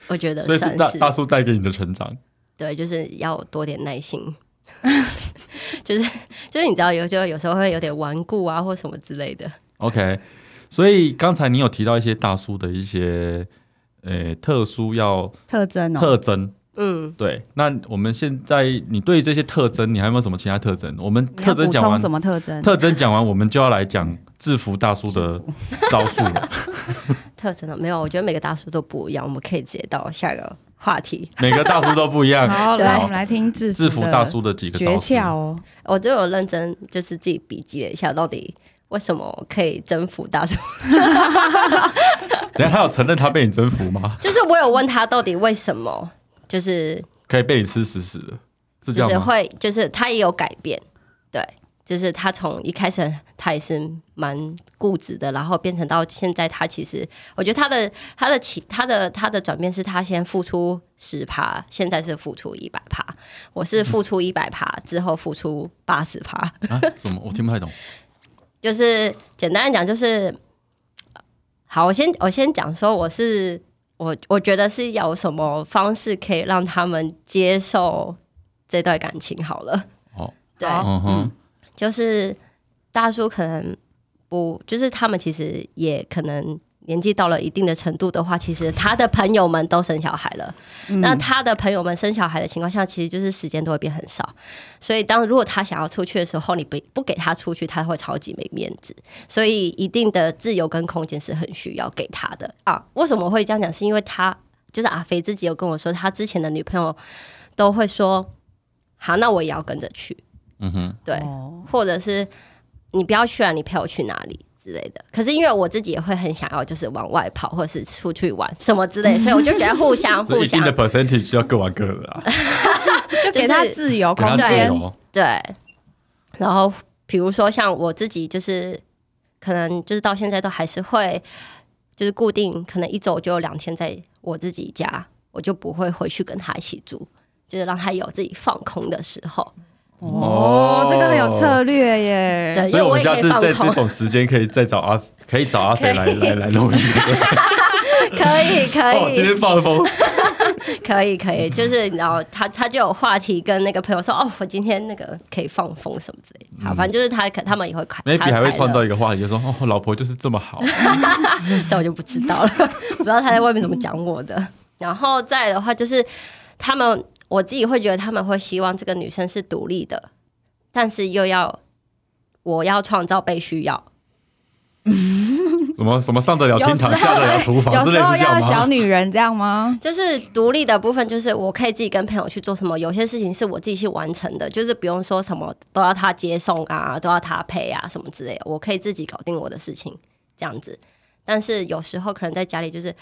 我觉得所以算是大大叔带给你的成长。对，就是要多点耐心， 就是就是你知道有时候有时候会有点顽固啊或什么之类的， OK，所以刚才你有提到一些大叔的一些呃特殊要特征哦，特征。嗯，对，那我们现在你对这些特征，你还有没有什么其他特征？我们你要特补征讲充完，什么特征？特征讲完，我们就要来讲制服大叔的招数 了。特征啊的没有，我觉得每个大叔都不一样，我们可以直接到下一个话题。每个大叔都不一样。好，来好我们啊来听制制服的大叔的几个诀招式窍哦。我就有认真就是自己笔记了一下，到底为什么可以征服大叔？ 等一下他有承认他被你征服吗？就是我有问他到底为什么，就是可以被你吃死死的，是这就是样吗？会，就是他也有改变，对，就是他从一开始他也是蛮固执的，然后变成到现在，他其实我觉得他的他的起他的他的转变是他先付出十趴，现在是付出一百趴，我是嗯付出一百趴之后付出八十趴，啊，什么？我听不太懂。就是简单地讲，就是好，我先我先讲说我是。我我觉得是有什么方式可以让他们接受这段感情好了。哦，对，好嗯哼，就是大叔可能不，就是他们其实也可能年纪到了一定的程度的话，其实他的朋友们都生小孩了。嗯那他的朋友们生小孩的情况下，其实就是时间都会变很少。所以当如果他想要出去的时候，你不不给他出去，他会超级没面子。所以一定的自由跟空间是很需要给他的啊。为什么会这样讲？是因为他就是阿飞自己有跟我说，他之前的女朋友都会说：“好，那我也要跟着去。嗯哼，”对，哦或者是你不要去啊，你陪我去哪里之类的。可是因为我自己也会很想要，就是往外跑，或者是出去玩什么之 类，所以我就觉得互相所互以一定相的 percentage 就要各玩各的啊，就就是给他自由给空他自间，由。对。然后比如说像我自己，就是可能就是到现在都还是会，就是固定可能一周就有两天在我自己家，我就不会回去跟他一起住，就是让他有自己放空的时候。哦，这个很有策略耶。对，因所以为我们也可下以次放在空这。种时间可以再找阿，可以找阿肥来可以来来录一下。 可以可哦，今以天放风，可以可嗯以，就是然后他他就有话题跟那个朋友说，哦，我今天那个可以放风什么之类的。好，反正就是他可他们也会开嗯 maybe 他开还会创了造一个话题，就说哦，老婆就是这么好。这我就不知道了， 不知道他在外面怎么讲我的。然后再的话就是，他们我自己会觉得他们会希望这个女生是独立的，但是又要我要创造被需要。什么什么上得了有厅时堂，候下得了厨房有之类时候是这要样小吗？女人这样吗？就是独立的部分，就是我可以自己跟朋友去做什么，有些事情是我自己去完成的，就是不用说什么都要他接送啊，都要他陪啊什么之类的，我可以自己搞定我的事情这样子。但是有时候可能在家里就是，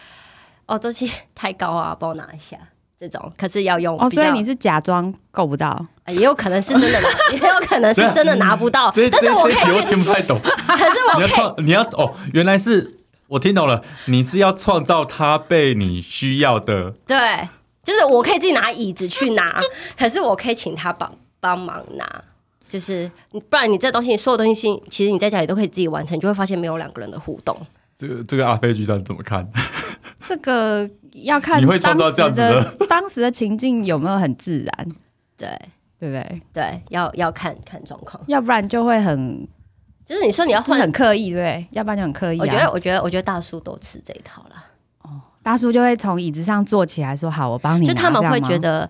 哦，东西 太高啊，帮我拿一下这种，可是要用哦，比较所以你是假装够不到，呃也有可能是真的拿， 也有可能是真的拿不到，这哦但这是我这可一以题我去，听不太懂。 可是我你可要以。创，你要哦，原来是我听懂了，你是要创造他被你需要的。对，就是我可以自己拿椅子去 拿，可是我可以请他帮帮忙拿。就是你，不然你这东西，你所有东西，其实你在家里都可以自己完成，你就会发现没有两个人的互动。这个这个阿飞局长怎么看？ 这个要看你会创造当这时样子的 当时的情境有没有很自然，对对不对？对，要要看看状况。要不然就会很就是你说你要就是啊换，很刻意，对不对？要不然就很刻意、啊。我觉得，我觉得，我觉得大叔都吃这一套啦。大叔就会从椅子上坐起来说：“好，我帮你拿。”就他们这样会吗觉得，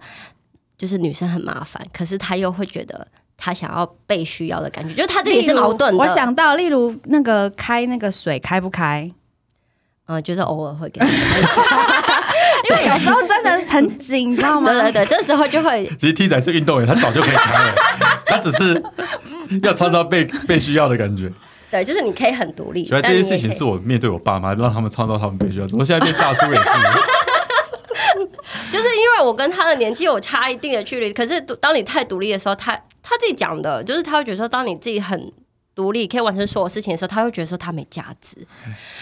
就是女生很麻烦，可是他又会觉得他想要被需要的感觉，就是他自己啊是例如矛盾的。我想到，例如那个开那个水开 不开？嗯，觉得偶尔会给他， 因为有时候真的很紧，你知道吗？对对对，这时候就会其实 T 仔是运动员，他早就可以开了， 他只是嗯要创造被被需要的感觉。对，就是你可以很独立。原来但这件你也事情可以是我面对我爸妈，让他们创造他们被需要的。我现在变大 叔也是，就是因为我跟他的年纪有差一定的距离，可是独当你太独立的时候，他他自己讲的，就是他会觉得说，当你自己很独立，可以完成所有事情的时候，他会觉得说他没价值，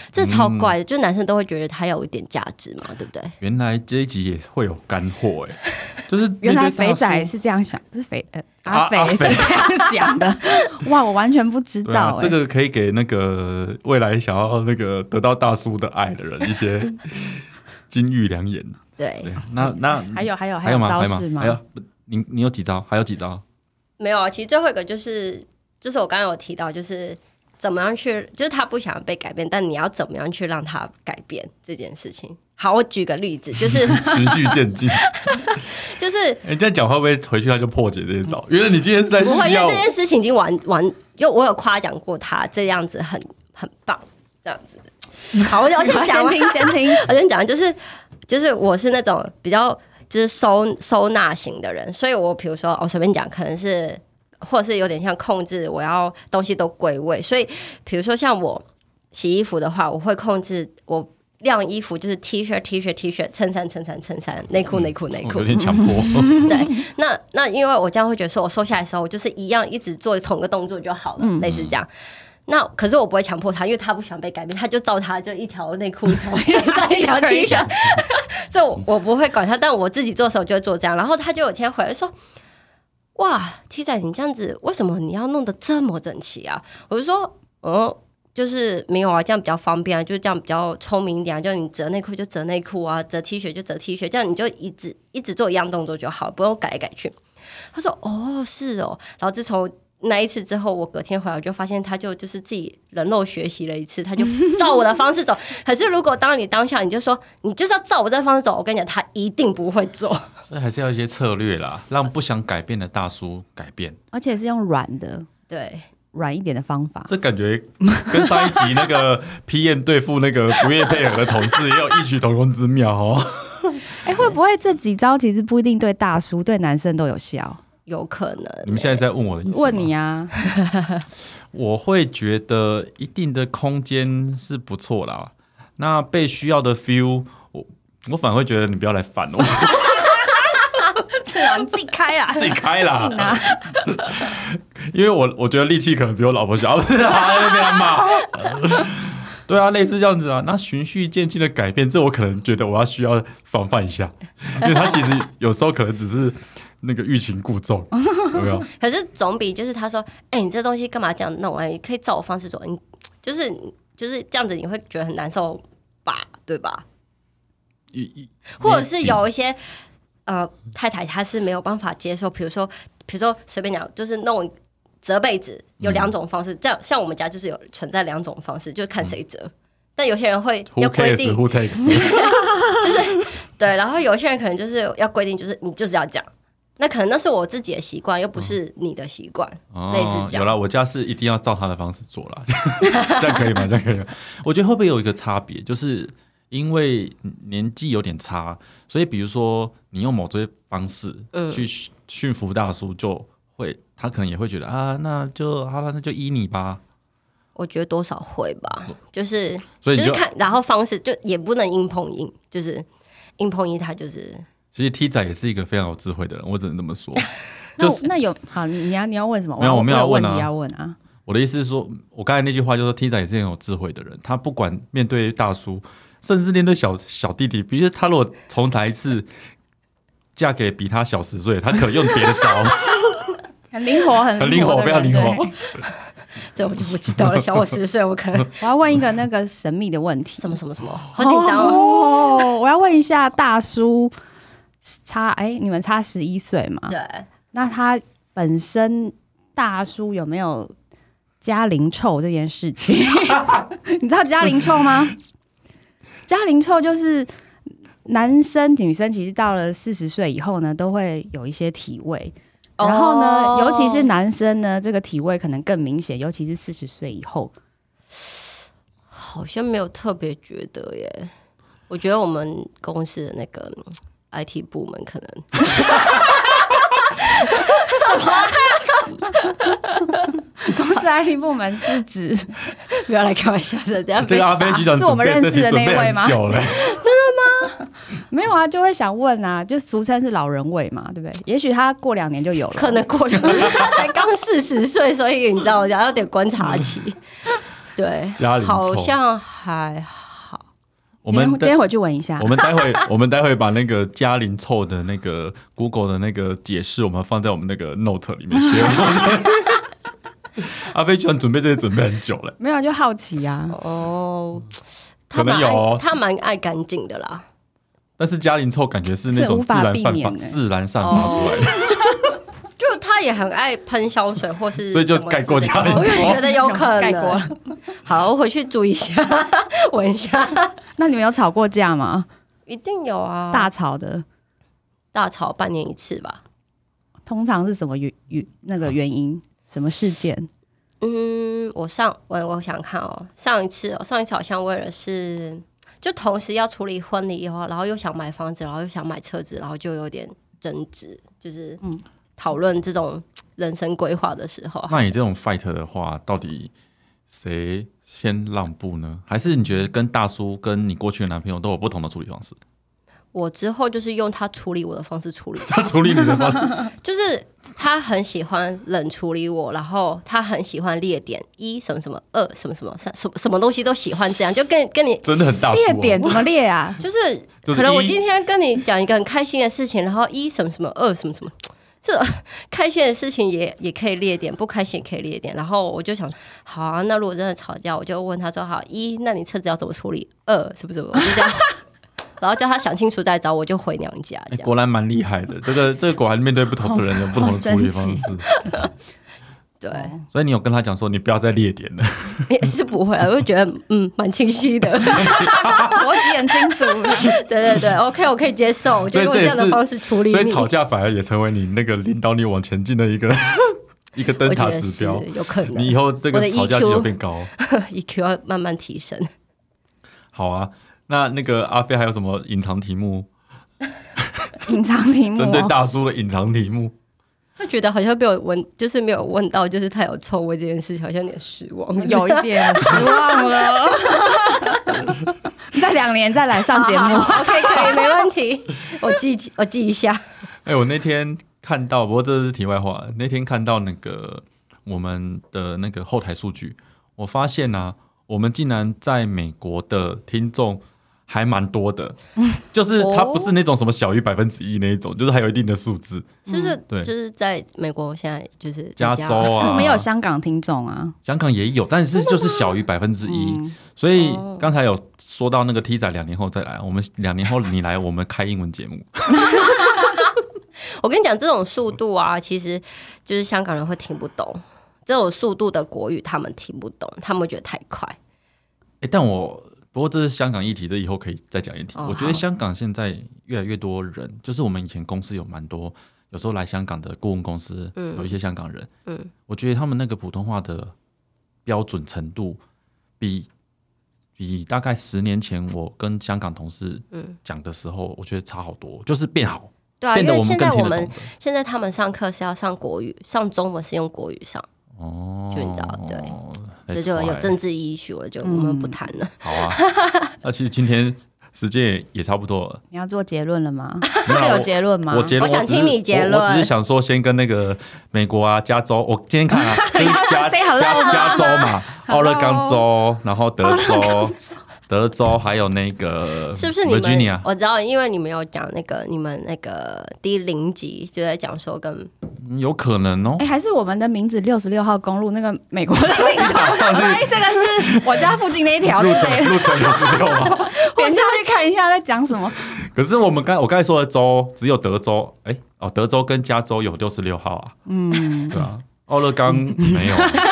这超怪的。就男生都会觉得他有一点价值嘛，对不对？原来这一集也会有干货哎、就是面对原来大叔肥仔是这样想，不是肥呃啊阿肥阿是肥这样 想的。哇，我完全不知对啊道，哎、这个可以给那个未来想要那个得到大叔的爱的人一些金玉良 言。对，对，那那还有还有还有吗？招还有式吗？吗还？有你你有几招？还有几招？没有啊。其实最后一个就是，就是我刚刚有提到，就是怎么样去，就是他不想被改变，但你要怎么样去让他改变这件事情。好，我举个例子，就是循序渐进。 就是哎、这样讲话会不会回去他就破解这些 招？原来你今天是在不会，因为需要这件事情已经完完，因为我有夸奖过他，这样子很很棒，这样子。好，我我 先讲先完，听先听。我先讲，就是就是我是那种比较就是收收纳型的人，所以我比如说我哦随便讲，可能是或者是有点像控制，我要东西都归位。所以比如说像我洗衣服的话，我会控制我。晾衣服就是 T 恤、T 恤、T 恤，衬衫、衬衫、衬衫，内裤、内裤、内嗯我裤有，点强 迫。对，那那因为我这样会觉得说，我收下来的时候，我就是一样一直做同一个动作就好了，类似这样。那可是我不会强迫他，因为他不喜欢被改变，他就照他就一条内裤、一 条衬衫、一条 T 恤，这我我不会管他，但我自己做的时候就会做这样。然后他就有一天回来说：“哇，T 仔，你这样子为什么你要弄得这么整齐啊？”我就说：“嗯。”就是没有啊，这样比较方便啊，就是这样比较聪明一点啊。就你折内裤就折内裤啊，折 T 恤就折 T 恤，这样你就一直一直做一样动作就好，不用改来改去。他说：“哦，是哦。”然后自从那一次之后，我隔天回来我就发现，他就就是自己人肉学习了一次，他就照我的方式走。可是如果当你当下你就说你就是要照我这方式走，我跟你讲，他一定不会做。所以还是要一些策略啦，让不想改变的大叔改变。而且是用软的、 对，软一点的方法。这感觉跟上一集那 个 P M 对付那个不愿配合的同事也有异曲同工之妙 哦。哎、会不会这几招其实不一定对大叔、对男生都有效？有可能。你们现在在问我的意思？问你，啊，我会觉得一定的空间是不错啦。那被需要的 feel，我我反而会觉得你不要来烦我，是啊，你自己开啊，自己开啦。进啊，因为我我觉得力气可能比我老婆小，啊不是 啊，那边骂。对啊，类似这样子啊，那循序渐进的改变，这我可能觉得我要需要防范一下，因为他其实有时候可能只是那个欲擒故纵，有 没有？可是总比就是他说，哎、你这东西干嘛这样弄啊？你可以照我方式走，你就是就是这样子，你会觉得很难受吧？对吧？一一或者是有一嗯些、呃太太她是没有办法接受，比如说比如说随便讲，就是弄折被子有两种方式，这样像我们家就是有存在两种方式，就看谁折。但有些人会嗯 who 要规 cares 定， who takes，对，然后有些人可能就是要规定，就是你就是要这样。那可能那是我自己的习惯，又不嗯是你的习惯。类似哦，这样有啦，我家是一定要照他的方式做 啦，这样可以吗？这样可以吗？我觉得会不会有一个差别，就是因为年纪有点差，所以比如说你用某些方式嗯去驯驯服大叔，就会他可能也会觉得啊，那就好了，那就依你吧。我觉得多少会吧，就是嗯所以就是你就看，然后方式就也不能硬碰硬，就是硬碰硬，他就是其实 T 仔也是一个非常有智慧的人，我只能这么说。那就我是那有好，你你要你要问什么？没有我没有要要问啊问题要问啊。我的意思是说，我刚才那句话就是说，T 仔也是很有智慧的人，他不管面对大叔，甚至面对小小弟弟，比如说他如果重来一次，嫁给比他小十岁，他可能用别的招。很灵活，很很灵活的非常人灵活对这我就不知道了。小我十岁，我 可能我要问一个那个神秘的问题，什么什么什么，好紧张哦。哦！我要问一下大叔，差哎、你们差十一岁嘛？对，那他本身大叔有没有加零臭这件事情？你知道加零臭吗？加零臭就是男生女生其实到了四十岁以后呢，都会有一些体味。然后呢，哦尤其是男生呢，这个体味可能更明显，尤其是四十岁以后。好像没有特别觉得耶。我觉得我们公司的那个嗯 IT 部门可 能公司 IT 部门是指不要来开玩笑的，等下这被个阿杀。飞局长是我们准备认识这的题准备那位吗很久 了， 没有啊，就会想问啊，就俗称是老人味嘛，对不对？也许他过两年就有了， 可能过两年他才刚四十岁，所以你知道，我要有点观察 期。对家里，好臭像还好。我们今天今待天回去闻一下我。们待会我们待会把那个嘉玲凑的那个 Google 的那个解释，我们放在我们那个 Note 里面学。 阿飞居然准备这些准备很久了，没有，就好奇啊。哦，他嗯可能蛮有哦爱，他蛮爱干净的啦。但是嘉玲凑感觉是那这种无自法然避散发、免欸自然散发哦出来的。 就他也很爱喷香水，或是 所以就怎么盖过之类家里的我也觉得有可能 盖过了。好，我回去注意一下， 闻一下，那你们有吵过架吗？一定有哦啊。大吵的，大吵半年一次吧。通常是什么原原那个原啊因？什么事件？嗯，我上我我想看哦，上一次哦，上一次好像为了是就同时要处理婚礼以后，然后又想买房子，然后又想买车子，然后就有点争执，就是嗯讨论这种人生规划的时候，那你这种 fight 的话，到底谁先让步呢？还是你觉得跟大叔跟你过去的男朋友都有不同的处理方式？ 我之后就是用他处理我的方式处理他处理你的方式，就是他很喜欢冷处理我，然后他很喜欢列点一什么什么二什么什么三什么什么东西都喜欢这样，就跟跟你真的很大叔、 哦。列点怎么列啊？就是就是可能我一今天跟你讲一个很开心的事情，然后一什么什么二什么什么，这 开心的事情也也可以列点，不开心也可以列点。然后我就想，好啊，那如果真的吵架，我就问他说，好一，那你车子要怎么处理？二什么什么，我就这样， 然后叫他想清楚再找我，就回娘家 这哎样。果然蛮厉害的，这个这个果然面对不同的人有不同的处理方式。对，哦 所以你有跟他讲说，你不要再列点了。也是不会啊，我就觉得嗯，蛮清晰的。 啊逻辑很清 楚。对对对，OK，我可以接受，我就所以用这也这样的是方式处理所以你。吵架反而也成为你那个领导你往前进的一个 一个灯我觉塔得指是标。有可能 你以后这我个的吵架技 EQ 就变高。 EQ 要慢慢提升。好啊，那那个阿飞还有什么隐藏题目？隐藏题目、针对哦，大叔的隐藏题目，他觉得好像被我问，就是没有问到，就是他有臭味这件事，好像 有点失望。有一点 失望了。在两年再来上节啊 目，，OK，可以，没问 题，我记起我记一下。哎、我那天看到，不过这是题外话。那天看到那个我们的那个后台数据，我发现啊，我们竟然在美国的听众还蛮多 的，就是哦它不是那种什么小于百分之一那一种，就是还有一定的数字。是不是对就是在美国现在就是在嗯加州啊，我们有香港听众啊。香港也有，但是就是小于百分之一。嗯，所以哦刚才有说到那个 T 仔两年后再来，我们两年后你来，我们开英文节目。我跟你讲，这种速度啊，其实就是香港人会听不懂。这种速度的国语，他们听不懂，他们觉得太快。哎、但我不过这是香港议题，这以后可以再讲一题。哦我觉好得香港现在越来越多人，就是我们以前公司有蛮多，有时候来香港的顾问公司，嗯有一些香港人，嗯，我觉得他们那个普通话的标准程度比。比大概十年前我跟香港同事嗯讲的时候，我觉得差好多，就是变好，对啊，变因得为我们现更在听我得们懂的。现在他们上课是要上国语，上中文是用国语上，哦，就你知道对 that's 这就有 why 政治依据了，就我嗯们不谈了。好啊。 那其实今天时间也差不多 了，你要做结论了吗？这没个有我结论吗？我结论，我想只是听你结论我我只是想说，先跟那个美国啊、加州，我今天 看啊，就是加 say hello 加加州嘛，奥勒冈州，然后德州，德州还有那个是不是你 Virginia 们？我知道，因为你们有讲那个，你们那个第零集就在讲说 跟嗯有可能哦哎、。还是我们的名字六十六号公路那个美国的名 字，我说哎，这个是我家附近那一哎条之入类城的， 入城有十六嘛？点进去看一下在讲什么。可是我们刚我刚才说的州只有德州，哎哦，德州跟加州有六十六号啊，嗯，对啊，奥勒冈没有啊， 说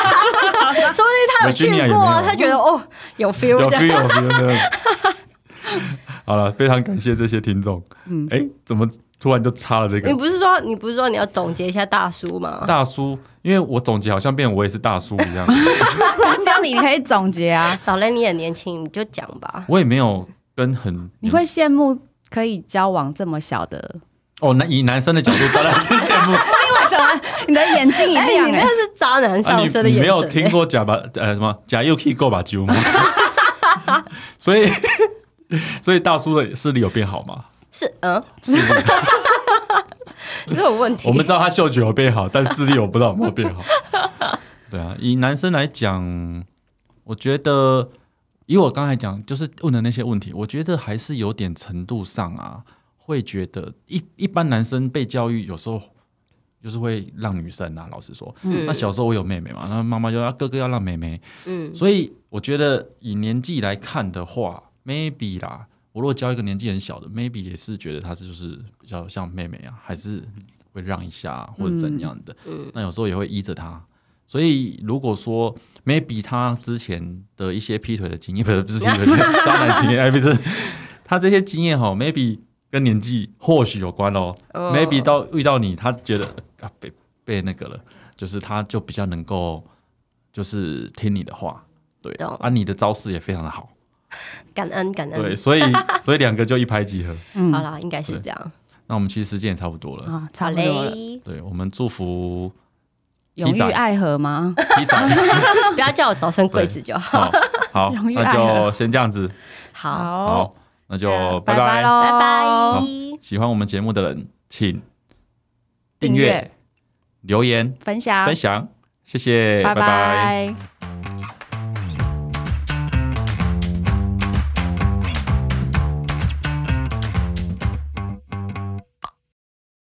不定他有去 Virginia 有过啊，没有他觉得哦有 feel 有这 feel 样。有 feel 的。好了，非常感谢这些听众。嗯嗯，哎、怎么突然就插了这你个不是说你不是说你要总结一下大叔啊吗？大叔？因为我总结好像变我也是大叔 一样，这样你可以总结啊。小雷你也年轻，你就讲吧。我也没有跟很你会羡慕可以交往这么小的？哦，男以男生的角度当然 是啊羡慕哎为什么你的眼睛一哎、亮、你哎那是渣男啊，上你身的你眼没有神、听欸。过假把呃什么假又 K 够把酒吗？ 所以 所以大叔的视力有变好吗？是嗯，视力这有问题。我们知道他嗅觉有变好，但视力我不知道有没 有变好。对啊，以男生来讲，我觉得以我刚才讲，就是问的那些问题，我觉得还是有点程度上啊，会觉得一一般男生被教育有时候就是会让女生啊，老实说，嗯那小时候我有妹妹嘛，那妈妈就要哥哥要让妹妹，嗯所以我觉得以年纪来看的话，maybe 啦，我如果教一个年纪很小的，maybe 也是觉得她是就是比较像妹妹啊，还是会让一下啊或者怎样的。嗯那有时候也会依着她。所以如果说 maybe 她之前的一些劈腿的经验，不 是不是劈腿的经验渣男经验，哎不是， 她这些经验哈，maybe 跟年纪或许有关哦。哦 maybe 到遇到你，他觉得啊被被那个了，就是他就比较能够就是听你的话，对懂嗯啊，你的招式也非常的好，感恩感恩对，。所以所以两个就一拍即合。嗯好啦，应该是这样。那我们其实时间也差不多了，啊，好差不嘞多了。，对我们祝福永浴提早爱河吗？ T 仔，不要叫我早生贵子就好。好， 好，永远那爱就了先这样子，好，好，那就拜拜喽，拜好拜。喜欢我们节目的人，请订订阅阅、留言、分享分，享，谢谢，拜拜。